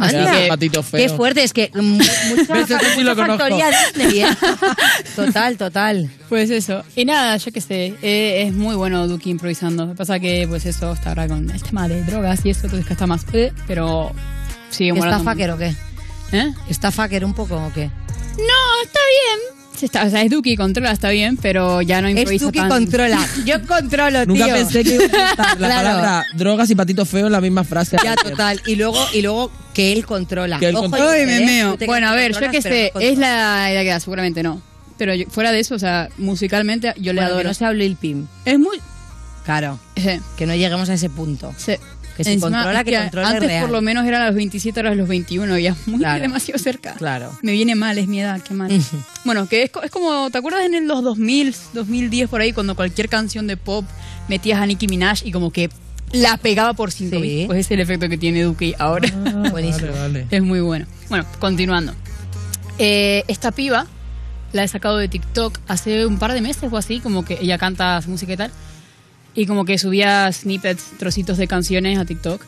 Speaker 9: Así
Speaker 1: Anda.
Speaker 9: que-
Speaker 1: Qué fuerte, es que mm, mucha,
Speaker 9: ¿Ves? Eso sí
Speaker 1: mucha
Speaker 9: lo conozco.
Speaker 1: factoría Disney, ¿eh? Total, total.
Speaker 9: Pues eso. Y nada, yo qué sé. eh, es muy bueno Duki improvisando. Lo que pasa que, pues eso, está ahora con el tema de drogas y eso, entonces que está más. eh, pero sigue
Speaker 1: ¿Está
Speaker 9: molando
Speaker 1: fucker o
Speaker 9: mucho.
Speaker 1: qué?
Speaker 9: ¿Eh?
Speaker 1: ¿Está fucker un poco o qué?
Speaker 9: No, está bien. Sí, está- o sea, es Duki, controla, está bien, pero ya no improvisa
Speaker 1: Es tú que
Speaker 9: tan-
Speaker 1: controla. Yo controlo, tío.
Speaker 9: Nunca pensé que iba a
Speaker 2: La palabra drogas y patitos feos en la misma frase.
Speaker 1: Ya, total. Y luego, y luego que él controla.
Speaker 2: Que él
Speaker 1: Ojo,
Speaker 2: controla.
Speaker 1: dice,
Speaker 2: Ay, me
Speaker 1: ¿eh?
Speaker 2: meo.
Speaker 1: Tú te
Speaker 9: Bueno, a
Speaker 1: crees
Speaker 9: ver, yo qué
Speaker 1: controlas, pero
Speaker 9: sé,
Speaker 1: no
Speaker 9: es la edad que da, seguramente no. Pero yo- fuera de eso, o sea, musicalmente yo le
Speaker 1: Bueno, que
Speaker 9: adoro.
Speaker 1: no sea Lil Pim.
Speaker 9: Es muy.
Speaker 1: Claro. Que no lleguemos a ese punto. Que si
Speaker 9: Encima,
Speaker 1: controla, que
Speaker 9: hostia,
Speaker 1: controla
Speaker 9: Antes
Speaker 1: real.
Speaker 9: por lo menos eran los 27, ahora los 21, ya muy demasiado cerca.
Speaker 1: Claro. Mm.
Speaker 9: Me viene mal, es mi edad, qué mal. bueno, que es, co- es como, ¿te acuerdas en el- los 2000, 2010 por ahí, cuando cualquier canción de pop metías a Nicki Minaj y como que la pegaba por cinco mil? Pues es el efecto que tiene Duki ahora.
Speaker 1: Ah,
Speaker 2: Buenísimo. vale.
Speaker 9: Es muy bueno. Bueno, continuando. Eh, esta piba la he sacado de TikTok hace un par de meses o así, como que ella canta hace música y tal. Y como que subía snippets, trocitos de canciones a TikTok.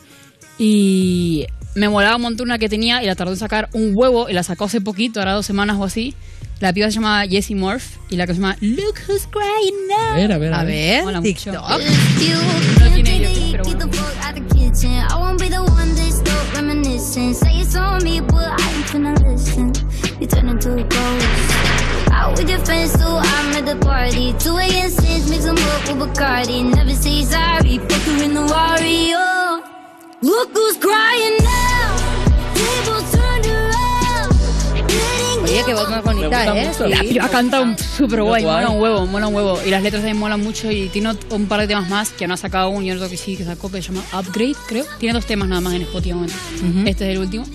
Speaker 9: Y me molaba un montón una que tenía y la tardó en sacar un huevo y la sacó hace poquito, ahora dos semanas o así. La piba se llama Jessie Morph y la que se llama Look Who's Crying Now.
Speaker 2: A ver, a ver, a
Speaker 9: ver. Mola mucho.
Speaker 12: No tiene YouTube, pero bueno. I won't be the one that's still reminiscing. Say it's on me, but I ain't finna listen. You turn into a ghost. Out with your friends, so I'm at the party. 2 a.m. sins, mix 'em up with Bacardi. Never say sorry, put her in the Wario. Look who's crying now. Tables turned around. Getting
Speaker 1: qué voz más bonita,
Speaker 9: gusta
Speaker 1: ¿eh?
Speaker 9: mucho. Y ha cantado súper guay,
Speaker 1: Guay.
Speaker 9: mola un huevo, mola un huevo. Y las letras también molan mucho y tiene ot- un par de temas más que no ha sacado aún, yo creo que sí, que sacó, que se llama Upgrade, creo. Tiene dos temas nada más en Spotify. de momento. Este es el último.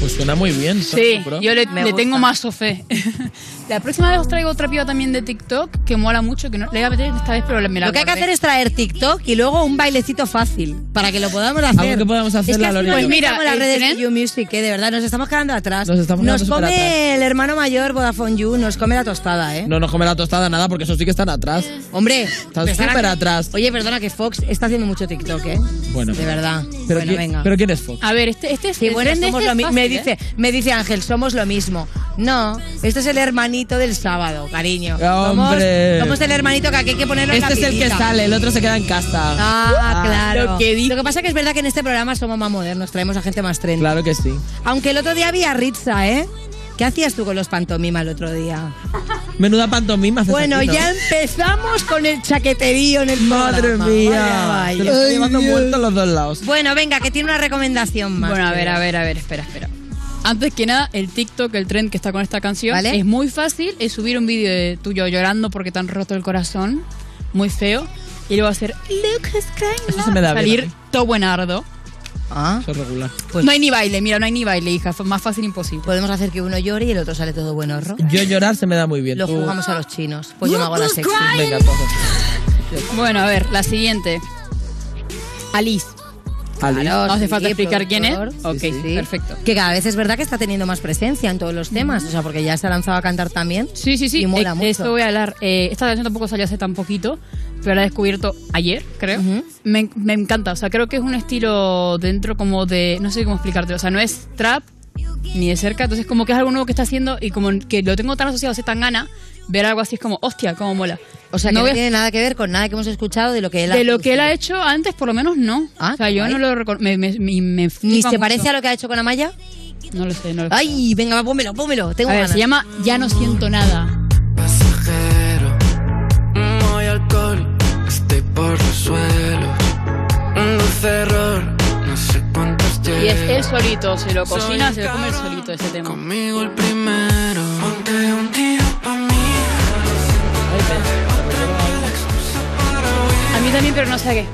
Speaker 2: Pues suena muy bien.
Speaker 9: Sí,
Speaker 2: Pro.
Speaker 9: yo le, le tengo más o fe. la próxima vez os traigo otra piba también de TikTok que mola mucho, que no le voy a meter esta vez, pero me la
Speaker 1: Lo que hay que
Speaker 9: guardé.
Speaker 1: hacer es traer TikTok y luego un bailecito fácil para que lo podamos hacer.
Speaker 9: Algo que podamos hacer,
Speaker 1: Es que
Speaker 9: la
Speaker 1: así
Speaker 9: Lorena.
Speaker 1: nos
Speaker 9: Pues mira,
Speaker 1: metemos en las
Speaker 9: el
Speaker 1: redes
Speaker 9: tren-
Speaker 1: de You Music, que de verdad nos estamos quedando atrás. Nos,
Speaker 2: eh, estamos quedando
Speaker 1: come
Speaker 2: superatrás.
Speaker 1: el hermano mayor Vodafone You, nos come la tostada, ¿eh?
Speaker 2: No nos come la tostada nada porque eso sí que están atrás.
Speaker 1: Hombre,
Speaker 2: están
Speaker 1: Perdona
Speaker 2: súper
Speaker 1: que-
Speaker 2: atrás.
Speaker 1: Oye, perdona que Fox está haciendo mucho TikTok, ¿eh?
Speaker 2: Bueno,
Speaker 1: De verdad.
Speaker 2: Pero,
Speaker 1: bueno,
Speaker 2: qui-
Speaker 1: venga.
Speaker 2: pero ¿quién es Fox?
Speaker 9: A ver, este, este es
Speaker 1: Sí, bueno,
Speaker 9: este
Speaker 1: somos
Speaker 9: es
Speaker 1: lo mi-
Speaker 9: fácil,
Speaker 1: me
Speaker 9: ¿eh?
Speaker 1: dice, me dice Ángel, somos lo mismo. No, este es el hermanito del sábado, cariño. Somos-
Speaker 2: Ah, Hombre.
Speaker 1: Somos, el hermanito que aquí hay que ponerlo en
Speaker 2: Este
Speaker 1: la
Speaker 2: es el que
Speaker 1: pilita.
Speaker 2: sale, el otro se queda en casa.
Speaker 1: Ah, claro.
Speaker 2: Lo que di-
Speaker 1: pasa que es verdad que en este programa somos más modernos, traemos a gente más trendy.
Speaker 2: Claro que sí.
Speaker 1: Aunque el otro día había Ritza, ¿eh? ¿Qué hacías tú con los pantomimas el otro día?
Speaker 2: Menuda pantomima. haces
Speaker 1: Bueno,
Speaker 2: aquí, ¿no?
Speaker 1: ya empezamos con el chaqueterío en el
Speaker 2: Madre
Speaker 1: programa.
Speaker 2: mía.
Speaker 1: Vaya,
Speaker 2: Te
Speaker 1: vaya.
Speaker 2: lo estoy llevando muerto a los dos lados.
Speaker 1: Bueno, venga, que tiene una recomendación más.
Speaker 9: Bueno, a ver, a ver, a ver, espera, espera. Antes que nada, el TikTok, el trend que está con esta canción,
Speaker 1: ¿Vale?
Speaker 9: es muy fácil. Es subir un vídeo de tuyo llorando porque te han roto el corazón, muy feo, y luego hacer Look who's crying
Speaker 2: Eso se me da bien
Speaker 9: salir
Speaker 2: a mí. Pues-
Speaker 9: todo buenardo.
Speaker 1: Ah.
Speaker 2: Eso es regular.
Speaker 9: no hay ni baile, mira, no hay ni baile, hija. Fue más fácil imposible.
Speaker 1: Podemos hacer que uno llore y el otro sale todo buen horror.
Speaker 2: Yo llorar se me da muy bien.
Speaker 1: Lo
Speaker 2: Tú-
Speaker 1: jugamos a los chinos. Pues yo me hago la sexy.
Speaker 2: Venga, coge.
Speaker 9: Bueno, a ver, la siguiente. Alice.
Speaker 2: Alice.
Speaker 9: No hace falta
Speaker 1: sí,
Speaker 9: explicar quién es.
Speaker 1: productor.
Speaker 9: Ok,
Speaker 1: Sí, sí.
Speaker 9: perfecto.
Speaker 1: Que cada vez es verdad que está teniendo más presencia en todos los temas. O sea, porque ya se ha lanzado a cantar también.
Speaker 9: Sí, sí, sí.
Speaker 1: Y mola
Speaker 9: Eh,
Speaker 1: mucho.
Speaker 9: Esto voy a hablar. Eh, esta canción tampoco salió hace tan poquito, pero la he descubierto ayer, creo. me, me encanta. O sea, creo que es un estilo dentro como de. No sé cómo explicártelo. O sea, no es trap ni de cerca. Entonces, como que es algo nuevo que está haciendo y como que lo tengo tan asociado hace tan gana, ver algo así es como, hostia, cómo mola.
Speaker 1: O sea, que no,
Speaker 9: voy a-
Speaker 1: tiene nada que ver con nada que hemos escuchado de lo que él
Speaker 9: de lo
Speaker 1: hace.
Speaker 9: que él ha hecho antes, por lo menos no. o sea, yo
Speaker 1: guay.
Speaker 9: no lo reconozco. Me, me, me- me
Speaker 1: ¿Ni
Speaker 9: flipa
Speaker 1: se
Speaker 9: mucho.
Speaker 1: parece a lo que ha hecho con Amaya?
Speaker 9: No lo sé, no lo sé.
Speaker 1: Ay, venga, va, pónmelo, pónmelo. Tengo
Speaker 9: A ver,
Speaker 1: ganas.
Speaker 9: se llama Ya no siento nada.
Speaker 4: pasajero. Mm, Hoy alcohol, estoy por los suelos. Un dulce error, no sé cuántos
Speaker 9: Y es
Speaker 4: llevo.
Speaker 9: él solito, se lo
Speaker 4: Soy
Speaker 9: cocina,
Speaker 4: un
Speaker 9: se lo come él solito ese tema.
Speaker 4: Conmigo el primero. Ponte un tiro pa' mí.
Speaker 9: A mí también, pero no sé a qué.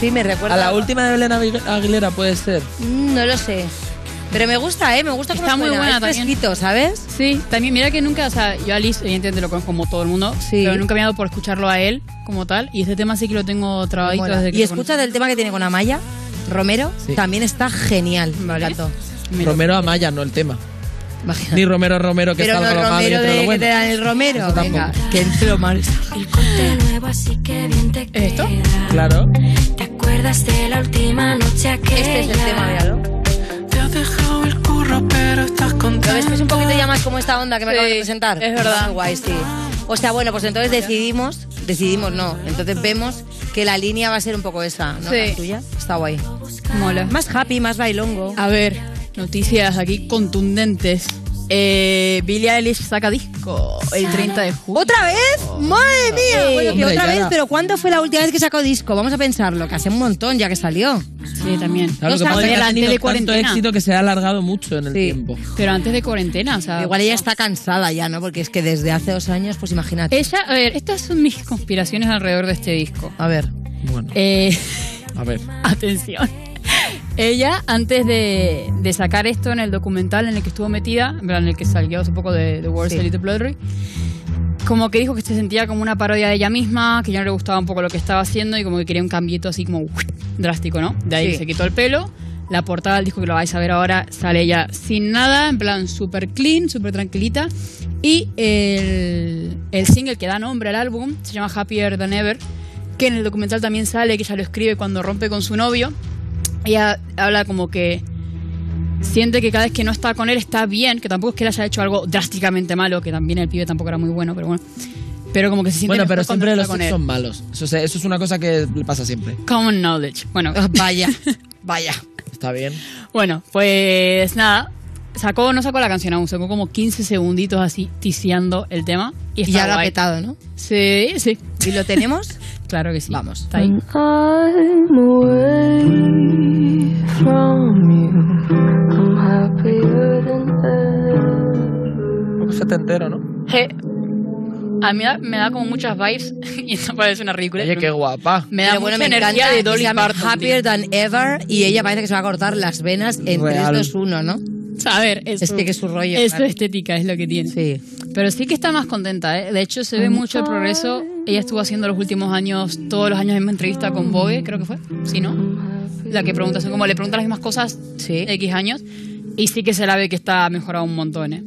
Speaker 1: Sí, me recuerda.
Speaker 2: A la última de Belén Agu- Aguilera puede ser.
Speaker 1: Mm, No lo sé. Pero me gusta, ¿eh? Me gusta cómo
Speaker 9: Está muy
Speaker 1: suena.
Speaker 9: buena
Speaker 1: Es
Speaker 9: también.
Speaker 1: fresquito, ¿sabes?
Speaker 9: Sí, también mira que nunca, o sea, yo a Liz evidentemente lo conozco como todo el mundo, pero nunca me ha dado por escucharlo a él como tal, y este tema sí que lo tengo trabadito
Speaker 1: Mola.
Speaker 9: desde que
Speaker 1: Y
Speaker 9: lo
Speaker 1: escucha del tema que tiene con Amaya, Romero, también está genial. Vale.
Speaker 2: Romero Amaya, no el tema. Ni Romero Romero que
Speaker 1: Pero
Speaker 2: está
Speaker 1: no
Speaker 2: algo
Speaker 1: Romero
Speaker 2: malo y otro
Speaker 1: Eh, de
Speaker 2: lo
Speaker 1: que
Speaker 2: bueno.
Speaker 1: te dan el Romero.
Speaker 2: Eso tampoco.
Speaker 1: Venga, que entre lo malo.
Speaker 9: ¿Esto?
Speaker 2: Claro.
Speaker 14: acuerdas de la última noche aquella?
Speaker 1: Este es el tema, míralo.
Speaker 4: Te has dejado el curro, pero estás contento.
Speaker 1: ¿Sabes? Es un poquito ya más como esta onda que me
Speaker 9: Sí,
Speaker 1: acabo de presentar.
Speaker 9: es verdad.
Speaker 1: Muy guay, sí. O sea, bueno, pues entonces decidimos, decidimos no, entonces vemos que la línea va a ser un poco esa, ¿no?
Speaker 9: Sí.
Speaker 1: La tuya. Está guay.
Speaker 9: Mola.
Speaker 1: Más happy, más bailongo.
Speaker 9: A ver, noticias aquí contundentes. Eh, Billie Eilish saca disco el 30 de julio.
Speaker 1: ¿Otra vez? ¡Madre mía!
Speaker 9: Sí.
Speaker 1: Bueno, que
Speaker 9: Hombre,
Speaker 1: otra
Speaker 9: ya
Speaker 1: vez,
Speaker 9: da.
Speaker 1: pero ¿cuándo fue la última vez que sacó disco? Vamos a pensarlo, que hace un montón ya que salió.
Speaker 9: Sí, también.
Speaker 2: Claro, lo que pasa es que ha tenido tanto éxito que se ha alargado mucho en el tiempo.
Speaker 9: Pero antes de cuarentena, o sea.
Speaker 1: Igual ella está cansada ya, ¿no? Porque es que desde hace dos años, pues imagínate.
Speaker 9: Ella, a ver, estas son mis conspiraciones alrededor de este disco.
Speaker 1: A ver.
Speaker 2: Bueno,
Speaker 9: Eh,
Speaker 2: a ver.
Speaker 9: Ah, Atención. Ella, antes de, de sacar esto en el documental en el que estuvo metida, en plan, en el que salió hace poco de The World's
Speaker 1: Sí.
Speaker 9: Elite Bloodry, como que dijo que se sentía como una parodia de ella misma, que ya no le gustaba un poco lo que estaba haciendo y como que quería un cambiito así como ¡uy! drástico, ¿no? De ahí
Speaker 1: Sí.
Speaker 9: se quitó el pelo. La portada del disco que lo vais a ver ahora sale ella sin nada, en plan super clean, super tranquilita. Y el, el single que da nombre al álbum se llama Happier Than Ever, que en el documental también sale, que ella lo escribe cuando rompe con su novio. Ella habla como que siente que cada vez que no está con él está bien, que tampoco es que él haya hecho algo drásticamente malo, que también el pibe tampoco era muy bueno, pero bueno. Pero como que se siente
Speaker 2: Bueno,
Speaker 9: mejor
Speaker 2: pero
Speaker 9: cuando está
Speaker 2: siempre los
Speaker 9: con
Speaker 2: ex
Speaker 9: él.
Speaker 2: son malos. Eso, se- eso es una cosa que le pasa siempre.
Speaker 9: Common knowledge. Bueno,
Speaker 2: Ah,
Speaker 1: vaya, vaya.
Speaker 2: Está bien.
Speaker 9: Bueno, pues nada. Sacó, no sacó la canción aún, sacó como 15 segunditos así tiseando el tema. Y, está
Speaker 1: ya lo ha
Speaker 9: guay.
Speaker 1: petado, ¿no?
Speaker 9: Sí, sí.
Speaker 1: ¿Y lo tenemos?
Speaker 9: claro que sí.
Speaker 1: Vamos.
Speaker 9: Está ahí.
Speaker 14: I'm away from you. I'm happier than ever.
Speaker 2: setentero, ¿no?
Speaker 9: Je. A mí da- me da como muchas vibes y esto parece una ridícula.
Speaker 2: Oye, qué guapa.
Speaker 9: Me da
Speaker 1: Pero bueno, me
Speaker 9: mucha energía
Speaker 1: encanta
Speaker 9: de
Speaker 1: que se
Speaker 9: Dolly
Speaker 1: llame
Speaker 9: Parton.
Speaker 1: Happier Than Ever y ella parece que se va a cortar las venas en
Speaker 9: Real.
Speaker 1: 3, 2, 1, ¿no?
Speaker 9: A ver, es,
Speaker 1: Es que- que es su rollo,
Speaker 9: Es
Speaker 1: claro.
Speaker 9: su estética, es lo que tiene.
Speaker 1: Sí.
Speaker 9: Pero sí que está más contenta, ¿eh? De hecho, se ve mucho el progreso. Ella estuvo haciendo los últimos años, todos los años en una entrevista con Vogue, creo que fue, ¿sí, no? La que pregunta, son como le pregunta las mismas cosas X años. Y sí que se la ve que está mejorado un montón, ¿eh?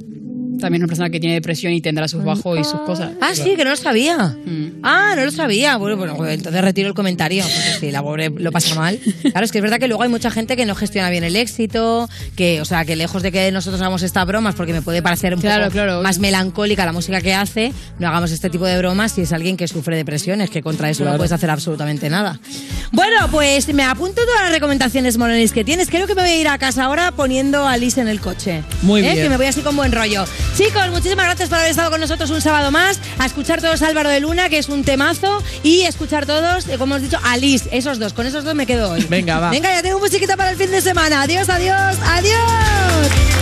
Speaker 9: También es una persona que tiene depresión y tendrá sus bajos y sus cosas.
Speaker 1: Ah, sí, que no lo sabía. Ah, no lo sabía. Bueno, bueno, pues entonces retiro el comentario. Porque sí, la pobre lo pasa mal. Claro, es que es verdad que luego hay mucha gente que no gestiona bien el éxito, que, o sea, que lejos de que nosotros hagamos estas bromas, porque me puede parecer un
Speaker 9: Claro,
Speaker 1: poco más melancólica la música que hace, no hagamos este tipo de bromas si es alguien que sufre depresiones, que contra eso no
Speaker 9: Claro.
Speaker 1: puedes hacer absolutamente nada. Bueno, pues me apunto todas las recomendaciones molones que tienes. Creo que me voy a ir a casa ahora poniendo a Liz en el coche.
Speaker 2: Muy
Speaker 1: ¿Eh?
Speaker 2: bien.
Speaker 1: Que me voy así con buen rollo. Chicos, muchísimas gracias por haber estado con nosotros un sábado más. A escuchar todos Álvaro de Luna, que es un temazo. Y escuchar todos, eh, como hemos dicho, a Liz. Esos dos. Con esos dos me quedo hoy.
Speaker 2: Venga, va.
Speaker 1: Venga, ya tengo musiquita para el fin de semana. Adiós, adiós, adiós.